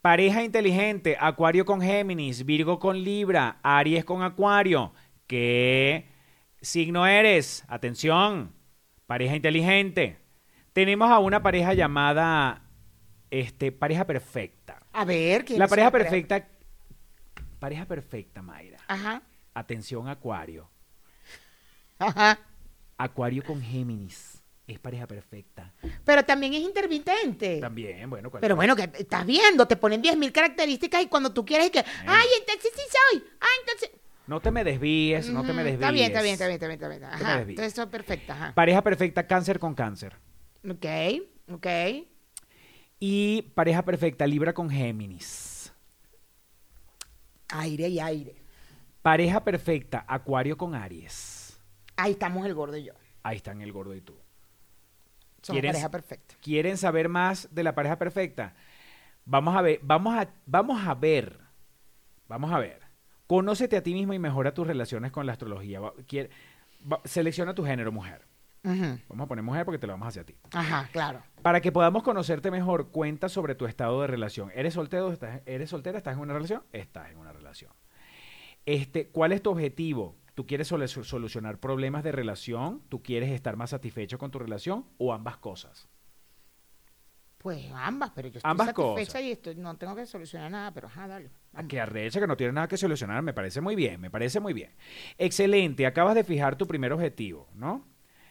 Speaker 1: Pareja inteligente. Acuario con Géminis. Virgo con Libra. Aries con Acuario. ¿Qué signo eres? Atención. Pareja inteligente. Tenemos a una pareja llamada este, pareja perfecta.
Speaker 2: A ver, ¿quién
Speaker 1: La
Speaker 2: es
Speaker 1: pareja perfecta. Pareja perfecta, Mayra.
Speaker 2: Ajá,
Speaker 1: Atención, Acuario.
Speaker 2: ajá.
Speaker 1: Acuario con Géminis. Es pareja perfecta.
Speaker 2: Pero también es intermitente.
Speaker 1: También, bueno, cual-
Speaker 2: Pero bueno, que estás viendo, te ponen 10.000 características y cuando tú quieres y que, ay, entonces sí soy, ay, entonces...
Speaker 1: No te me desvíes, no te me
Speaker 2: Ujú,
Speaker 1: desvíes.
Speaker 2: Está bien, está bien, está bien, está bien, está bien.
Speaker 1: te
Speaker 2: Ajá,
Speaker 1: desvíes.
Speaker 2: entonces eso es perfecto, ajá.
Speaker 1: Pareja perfecta, cáncer con cáncer.
Speaker 2: Ok, ok.
Speaker 1: Y pareja perfecta, Libra con Géminis.
Speaker 2: Aire y aire.
Speaker 1: Pareja perfecta, Acuario con Aries.
Speaker 2: Ahí estamos el gordo y yo.
Speaker 1: Ahí están el gordo y tú.
Speaker 2: Somos
Speaker 1: ¿Quieres-
Speaker 2: pareja perfecta.
Speaker 1: ¿Quieren saber más de la pareja perfecta? Vamos a ver, vamos a, vamos a ver, vamos a ver. Conócete a ti mismo y mejora tus relaciones con la astrología. Va- quier- va- selecciona tu género mujer.
Speaker 2: Ujú,
Speaker 1: Vamos a poner mujer porque te lo vamos hacia ti.
Speaker 2: Ajá, claro.
Speaker 1: Para que podamos conocerte mejor, cuenta sobre tu estado de relación. ¿Eres soltero? ¿Estás, ¿Eres soltera? ¿Estás en una relación? Estás en una relación. Este, ¿Cuál es tu objetivo? ¿Tú quieres solu- solucionar problemas de relación? ¿Tú quieres estar más satisfecho con tu relación? ¿O ambas cosas?
Speaker 2: Pues ambas, pero yo estoy
Speaker 1: Ambas
Speaker 2: satisfecha
Speaker 1: cosas.
Speaker 2: y estoy- no tengo que solucionar nada, pero ajá, dale.
Speaker 1: Ah, Que arrecha, que no tiene nada que solucionar. Me parece muy bien, me parece muy bien. Excelente, acabas de fijar tu primer objetivo, ¿no?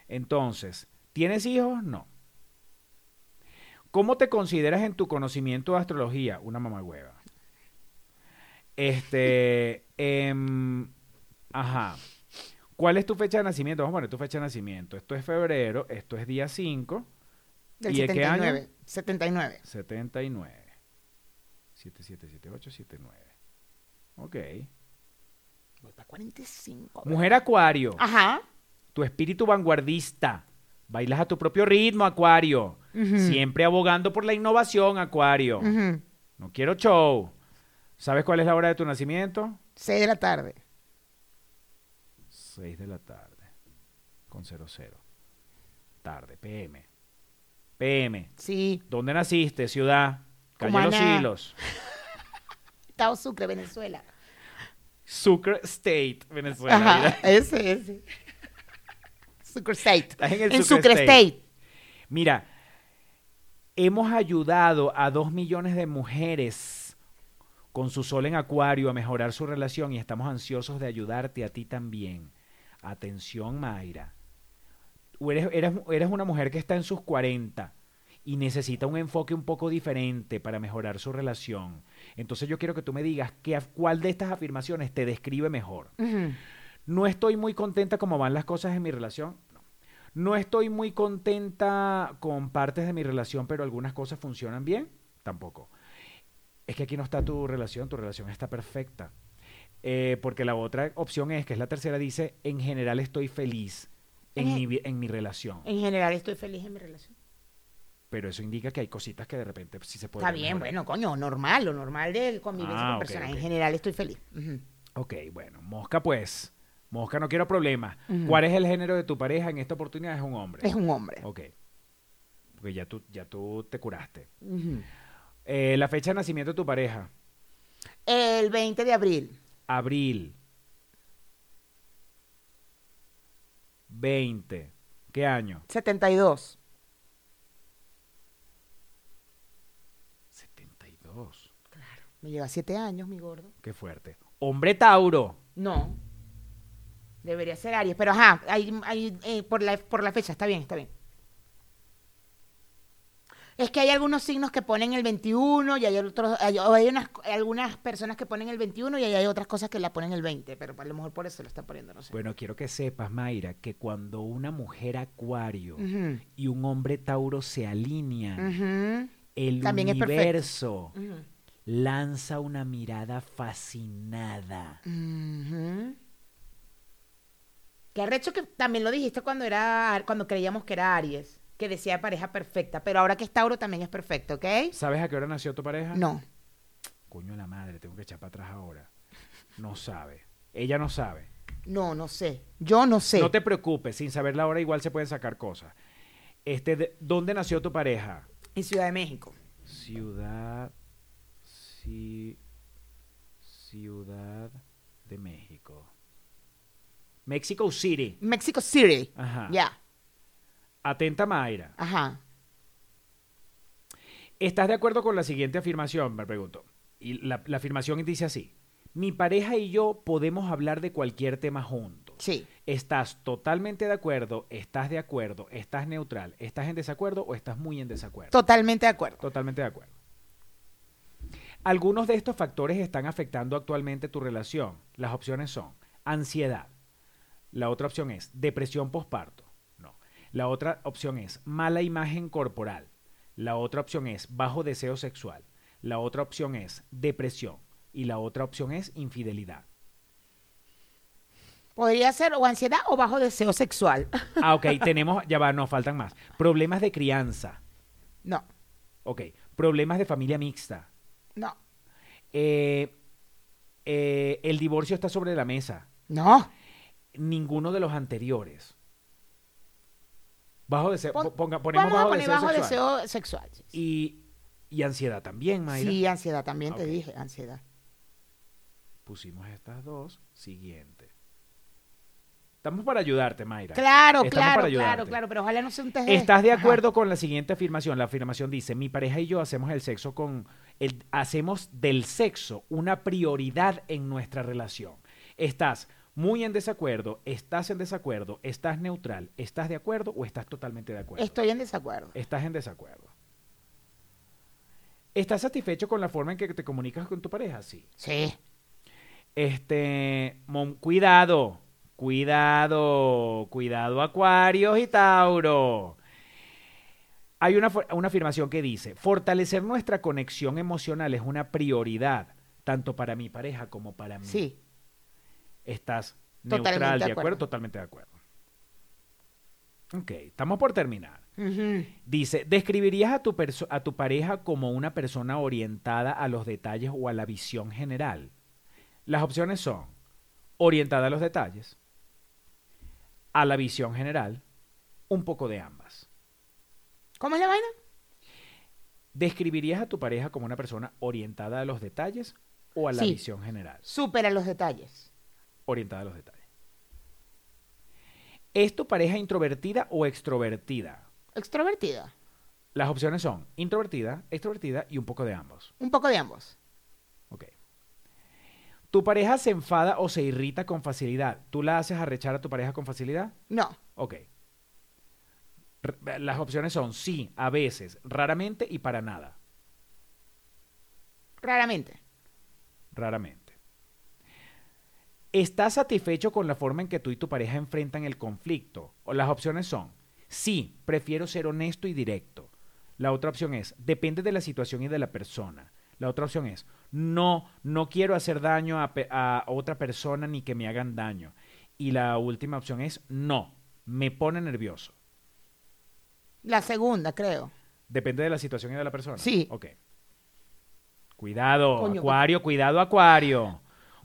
Speaker 1: Entonces, ¿tienes hijos? No. ¿Cómo te consideras en tu conocimiento de astrología? Una mamagüeva. Este. em, ajá. ¿Cuál es tu fecha de nacimiento? Vamos a poner tu fecha de nacimiento. Esto es febrero, esto es día 5,
Speaker 2: Del
Speaker 1: ¿Y de qué año?
Speaker 2: 79. 79.
Speaker 1: 79. 7778, 79. Ok.
Speaker 2: Voy para 45. bro.
Speaker 1: Mujer Acuario,
Speaker 2: Ajá.
Speaker 1: tu espíritu vanguardista. Bailas a tu propio ritmo, Acuario.
Speaker 2: Ujú.
Speaker 1: Siempre abogando por la innovación, Acuario.
Speaker 2: Ujú.
Speaker 1: No quiero show. ¿Sabes cuál es la hora de tu nacimiento?
Speaker 2: Seis de la tarde.
Speaker 1: 6 de la tarde. Con 00. Tarde, PM. PM.
Speaker 2: Sí.
Speaker 1: ¿Dónde naciste, ciudad? Calle
Speaker 2: Cumaná.
Speaker 1: Los Hilos.
Speaker 2: Estado Sucre, Venezuela.
Speaker 1: Sucre State, Venezuela.
Speaker 2: Ajá,
Speaker 1: Mira.
Speaker 2: ese, ese. Sucre State.
Speaker 1: Estás en el
Speaker 2: en
Speaker 1: Sucre
Speaker 2: Sucre State.
Speaker 1: Mira, hemos ayudado a dos millones de mujeres con su sol en acuario a mejorar su relación y estamos ansiosos de ayudarte a ti también. Atención, Mayra. Tú eres, eres- eres una mujer que está en sus 40 y necesita un enfoque un poco diferente para mejorar su relación. Entonces yo quiero que tú me digas qué af- cuál de estas afirmaciones te describe mejor.
Speaker 2: Ujú.
Speaker 1: No estoy muy contenta como van las cosas en mi relación. No. No estoy muy contenta con partes de mi relación, pero algunas cosas funcionan bien. Tampoco. Es que aquí no está tu relación, tu relación está perfecta. Eh, porque la otra opción es, que es la tercera, dice, en general estoy feliz en,
Speaker 2: En- e-".
Speaker 1: mi, vi- en mi relación.
Speaker 2: En general estoy feliz en mi relación.
Speaker 1: Pero eso indica que hay cositas que de repente sí se pueden...
Speaker 2: Está bien, bueno, coño, normal, lo normal de convivencia
Speaker 1: Ah,
Speaker 2: con
Speaker 1: ok,
Speaker 2: personas.
Speaker 1: ok.
Speaker 2: En general estoy feliz. Ujú.
Speaker 1: Ok, bueno, mosca pues. Mosca, no quiero problemas.
Speaker 2: Ujú.
Speaker 1: ¿Cuál es el género de tu pareja en esta oportunidad? Es un hombre.
Speaker 2: Es un hombre.
Speaker 1: Ok. Porque ya tú, ya tú te curaste.
Speaker 2: Ujú.
Speaker 1: Eh, la fecha de nacimiento de tu pareja.
Speaker 2: El 20 de abril.
Speaker 1: Abril. 20. ¿Qué año?
Speaker 2: 72.
Speaker 1: 72.
Speaker 2: Claro. Me lleva 7 años, mi gordo.
Speaker 1: Qué fuerte. Hombre Tauro.
Speaker 2: No. Debería ser Aries, pero ajá, hay, hay, eh, por, la, por la fecha, está bien, está bien. Es que hay algunos signos que ponen el 21 y hay otros, hay, o hay unas, algunas personas que ponen el 21 y hay otras cosas que la ponen el 20, pero a lo mejor por eso lo están poniendo, no sé.
Speaker 1: Bueno, quiero que sepas, Mayra, que cuando una mujer acuario
Speaker 2: Ujú,
Speaker 1: y un hombre tauro se alinean,
Speaker 2: ujú,
Speaker 1: el
Speaker 2: También es perfecto.
Speaker 1: universo
Speaker 2: ujú,
Speaker 1: lanza una mirada fascinada.
Speaker 2: ujú. Qué arrecho que también lo dijiste cuando era cuando creíamos que era Aries, que decía pareja perfecta, pero ahora que es Tauro también es perfecto, ¿ok?
Speaker 1: ¿Sabes a qué hora nació tu pareja?
Speaker 2: No.
Speaker 1: Coño de la madre, tengo que echar para atrás ahora. No sabe. Ella no sabe.
Speaker 2: No, no sé. Yo no sé.
Speaker 1: No te preocupes, sin saber la hora igual se pueden sacar cosas. Este, de- ¿Dónde nació tu pareja?
Speaker 2: En Ciudad de México.
Speaker 1: Ciudad. ci- ciudad de México. Mexico City.
Speaker 2: Mexico City.
Speaker 1: Ajá.
Speaker 2: Ya.
Speaker 1: Atenta, Mayra.
Speaker 2: Ajá.
Speaker 1: ¿Estás de acuerdo con la siguiente afirmación? Me pregunto. Y la, la afirmación dice así: Mi pareja y yo podemos hablar de cualquier tema juntos.
Speaker 2: Sí.
Speaker 1: ¿Estás totalmente de acuerdo? ¿Estás de acuerdo? ¿Estás neutral? ¿Estás en desacuerdo o estás muy en desacuerdo?
Speaker 2: Totalmente de acuerdo.
Speaker 1: Totalmente de acuerdo. Algunos de estos factores están afectando actualmente tu relación. Las opciones son ansiedad. La otra opción es depresión postparto. No. La otra opción es mala imagen corporal. La otra opción es bajo deseo sexual. La otra opción es depresión. Y la otra opción es infidelidad.
Speaker 2: Podría ser o ansiedad o bajo deseo sexual.
Speaker 1: Ah, ok, tenemos, ya va, nos faltan más. Problemas de crianza.
Speaker 2: No,
Speaker 1: Ok, problemas de familia mixta.
Speaker 2: no,
Speaker 1: Eh, eh, el divorcio está sobre la mesa.
Speaker 2: no.
Speaker 1: Ninguno de los anteriores. Bajo deseo.
Speaker 2: Pon-
Speaker 1: po- ponga- ponemos
Speaker 2: Vamos
Speaker 1: bajo
Speaker 2: a poner
Speaker 1: deseo
Speaker 2: bajo
Speaker 1: sexual.
Speaker 2: deseo sexual. Sí,
Speaker 1: Y, y ansiedad también, Mayra.
Speaker 2: Sí, ansiedad también
Speaker 1: Ok.
Speaker 2: te dije, ansiedad.
Speaker 1: Pusimos estas dos. Siguiente. Estamos para ayudarte, Mayra.
Speaker 2: Claro,
Speaker 1: Estamos
Speaker 2: claro,
Speaker 1: para
Speaker 2: claro,
Speaker 1: ayudarte.
Speaker 2: claro, pero ojalá no sea un test de-
Speaker 1: ¿Estás de
Speaker 2: Eh, Ajá.
Speaker 1: acuerdo con la siguiente afirmación? La afirmación dice, mi pareja y yo hacemos el sexo con el, hacemos del sexo una prioridad en nuestra relación. ¿Estás muy en desacuerdo? ¿Estás en desacuerdo? ¿Estás neutral? ¿Estás de acuerdo o estás totalmente de acuerdo?
Speaker 2: Estoy en desacuerdo.
Speaker 1: Estás en desacuerdo. ¿Estás satisfecho con la forma en que te comunicas con tu pareja? Sí.
Speaker 2: Sí.
Speaker 1: Este, mon- cuidado, cuidado, cuidado Acuarios y Tauro. Hay una, for- una afirmación que dice, fortalecer nuestra conexión emocional es una prioridad, tanto para mi pareja como para mí.
Speaker 2: Sí.
Speaker 1: Estás
Speaker 2: Totalmente
Speaker 1: neutral,
Speaker 2: de
Speaker 1: de
Speaker 2: acuerdo.
Speaker 1: acuerdo, totalmente de acuerdo. Ok, estamos por terminar.
Speaker 2: Ujú.
Speaker 1: Dice, ¿describirías a tu, perso- a tu pareja como una persona orientada a los detalles o a la visión general? Las opciones son orientada a los detalles, a la visión general, un poco de ambas.
Speaker 2: ¿Cómo es la vaina?
Speaker 1: ¿Describirías a tu pareja como una persona orientada a los detalles o a la
Speaker 2: Sí.
Speaker 1: visión general?
Speaker 2: Supera los detalles.
Speaker 1: Orientada a los detalles. ¿Es tu pareja introvertida o extrovertida?
Speaker 2: Extrovertida.
Speaker 1: Las opciones son introvertida, extrovertida y un poco de ambos.
Speaker 2: Un poco de ambos.
Speaker 1: Ok. ¿Tu pareja se enfada o se irrita con facilidad? ¿Tú la haces arrechar a tu pareja con facilidad?
Speaker 2: No.
Speaker 1: Ok. R- las opciones son sí, a veces, raramente y para nada.
Speaker 2: Raramente.
Speaker 1: Raramente. ¿Estás satisfecho con la forma en que tú y tu pareja enfrentan el conflicto? O las opciones son sí, prefiero ser honesto y directo. La otra opción es depende de la situación y de la persona. La otra opción es no, no quiero hacer daño a, pe- a otra persona ni que me hagan daño. Y la última opción es no, me pone nervioso.
Speaker 2: La segunda, creo.
Speaker 1: Depende de la situación y de la persona.
Speaker 2: Sí.
Speaker 1: Ok. Cuidado,
Speaker 2: Coño, pues-
Speaker 1: Acuario, cuidado, Acuario.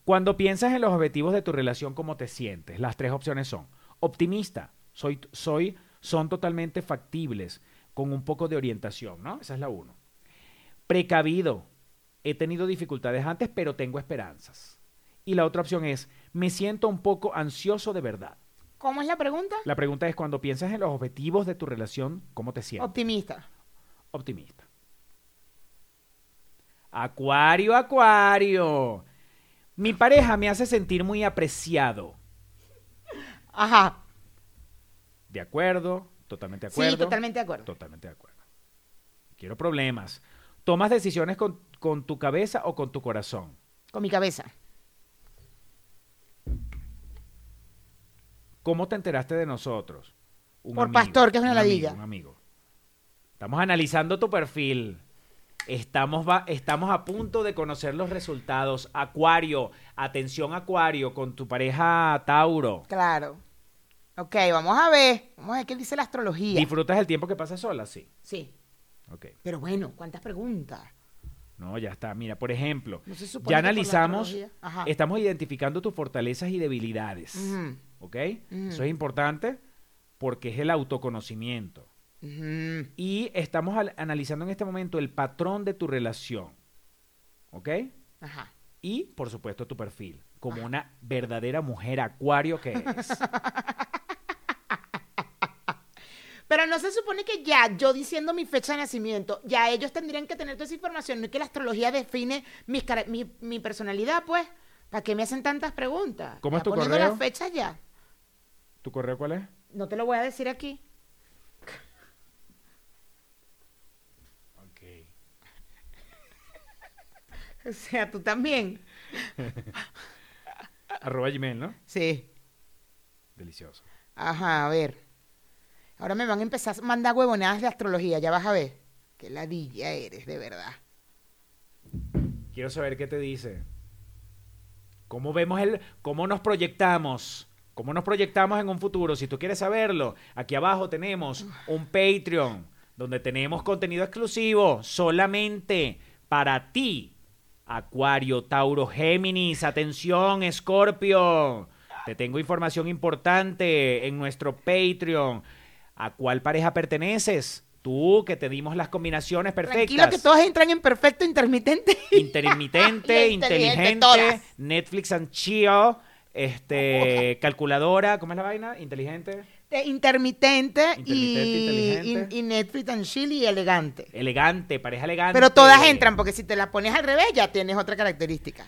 Speaker 1: Cuando piensas en los objetivos de tu relación, ¿cómo te sientes? Las tres opciones son optimista, soy, soy, son totalmente factibles, con un poco de orientación, ¿no? Esa es la uno. Precavido, he tenido dificultades antes, pero tengo esperanzas. Y la otra opción es, me siento un poco ansioso de verdad.
Speaker 2: ¿Cómo es la pregunta?
Speaker 1: La pregunta es, cuando piensas en los objetivos de tu relación, ¿cómo te sientes?
Speaker 2: Optimista.
Speaker 1: optimista. Acuario, Acuario. Mi pareja me hace sentir muy apreciado.
Speaker 2: Ajá.
Speaker 1: De acuerdo, totalmente de
Speaker 2: Sí,
Speaker 1: acuerdo.
Speaker 2: totalmente de acuerdo.
Speaker 1: Totalmente de acuerdo. Quiero problemas. ¿Tomas decisiones con, con tu cabeza o con tu corazón?
Speaker 2: Con mi cabeza.
Speaker 1: ¿Cómo te enteraste de nosotros? Un
Speaker 2: Por Pastor, que es una
Speaker 1: un
Speaker 2: ladilla.
Speaker 1: amigo, un amigo. Estamos analizando tu perfil. Estamos, va- estamos a punto de conocer los resultados. Acuario, atención Acuario, con tu pareja Tauro.
Speaker 2: Claro. Ok, vamos a ver. Vamos a ver qué dice la astrología.
Speaker 1: ¿Disfrutas el tiempo que pasas sola? Sí.
Speaker 2: sí.
Speaker 1: Ok.
Speaker 2: Pero bueno, ¿cuántas preguntas?
Speaker 1: No, ya está. Mira, por ejemplo,
Speaker 2: No se supone
Speaker 1: ya
Speaker 2: que por la
Speaker 1: analizamos,
Speaker 2: astrología- Ajá.
Speaker 1: estamos identificando tus fortalezas y debilidades.
Speaker 2: Ujú.
Speaker 1: ¿Ok?
Speaker 2: Ujú.
Speaker 1: Eso es importante porque es el autoconocimiento.
Speaker 2: Ujú.
Speaker 1: Y estamos al- analizando en este momento el patrón de tu relación. ¿Ok?
Speaker 2: Ajá.
Speaker 1: Y, por supuesto, tu perfil. Como una verdadera mujer acuario que eres.
Speaker 2: Pero no se supone que ya yo diciendo mi fecha de nacimiento, ya ellos tendrían que tener toda esa información, no es que la astrología define mis cara- mi, mi personalidad, pues. ¿Para qué me hacen tantas preguntas?
Speaker 1: ¿Cómo es
Speaker 2: Ya
Speaker 1: tu
Speaker 2: poniendo
Speaker 1: correo?
Speaker 2: las fechas ya.
Speaker 1: ¿Tu correo cuál es?
Speaker 2: No te lo voy a decir aquí. (laughs)
Speaker 1: Ok.
Speaker 2: O sea, tú también.
Speaker 1: Arroba Gmail, ¿no?
Speaker 2: Sí.
Speaker 1: Delicioso.
Speaker 2: Ajá, a ver. Ahora me van a empezar a mandar huevonadas de astrología, ya vas a ver. Qué ladilla eres, de verdad.
Speaker 1: Quiero saber qué te dice. ¿Cómo vemos el cómo nos proyectamos? ¿Cómo nos proyectamos en un futuro? Si tú quieres saberlo, aquí abajo tenemos un Patreon donde tenemos contenido exclusivo solamente para ti. Acuario, Tauro, Géminis, atención, Escorpio. Te tengo información importante en nuestro Patreon. ¿A cuál pareja perteneces? Tú que te dimos las combinaciones perfectas
Speaker 2: Tranquilo que todos entran en perfecto intermitente. (laughs)
Speaker 1: (laughs) intermitente, inteligente,
Speaker 2: Y inteligente, todas.
Speaker 1: Netflix and chill,
Speaker 2: (laughs)
Speaker 1: este, calculadora, ¿cómo es la vaina? Inteligente,
Speaker 2: Este, intermitente, y,
Speaker 1: Intermitente, inteligente.
Speaker 2: y- y Netflix and chill y elegante.
Speaker 1: elegante, pareja elegante.
Speaker 2: Pero todas entran, porque si te las pones al revés ya tienes otra característica.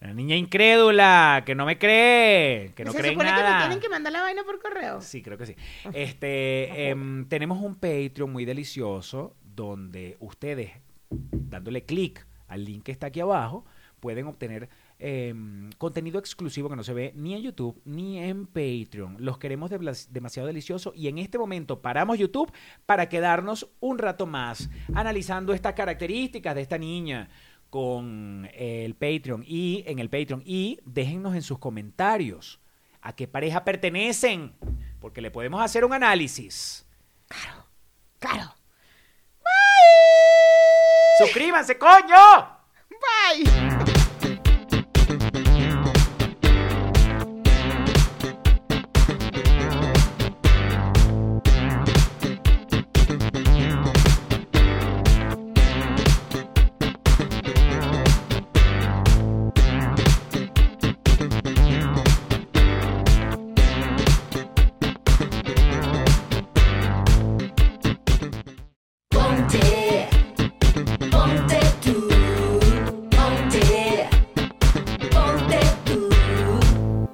Speaker 1: La niña incrédula, que no me cree, que no
Speaker 2: Pues se
Speaker 1: cree en
Speaker 2: supone que me
Speaker 1: nada.
Speaker 2: tienen que mandar la vaina por correo.
Speaker 1: Sí, creo que sí. Este, em, tenemos un Patreon muy delicioso donde ustedes, dándole clic al link que está aquí abajo, pueden obtener em, contenido exclusivo que no se ve ni en YouTube ni en Patreon. Los queremos de blas- demasiado delicioso y en este momento paramos YouTube para quedarnos un rato más analizando estas características de esta niña con el Patreon y en el Patreon y déjennos en sus comentarios a qué pareja pertenecen, porque le podemos hacer un análisis.
Speaker 2: Claro.
Speaker 1: ¡Suscríbanse, coño!
Speaker 2: Bye.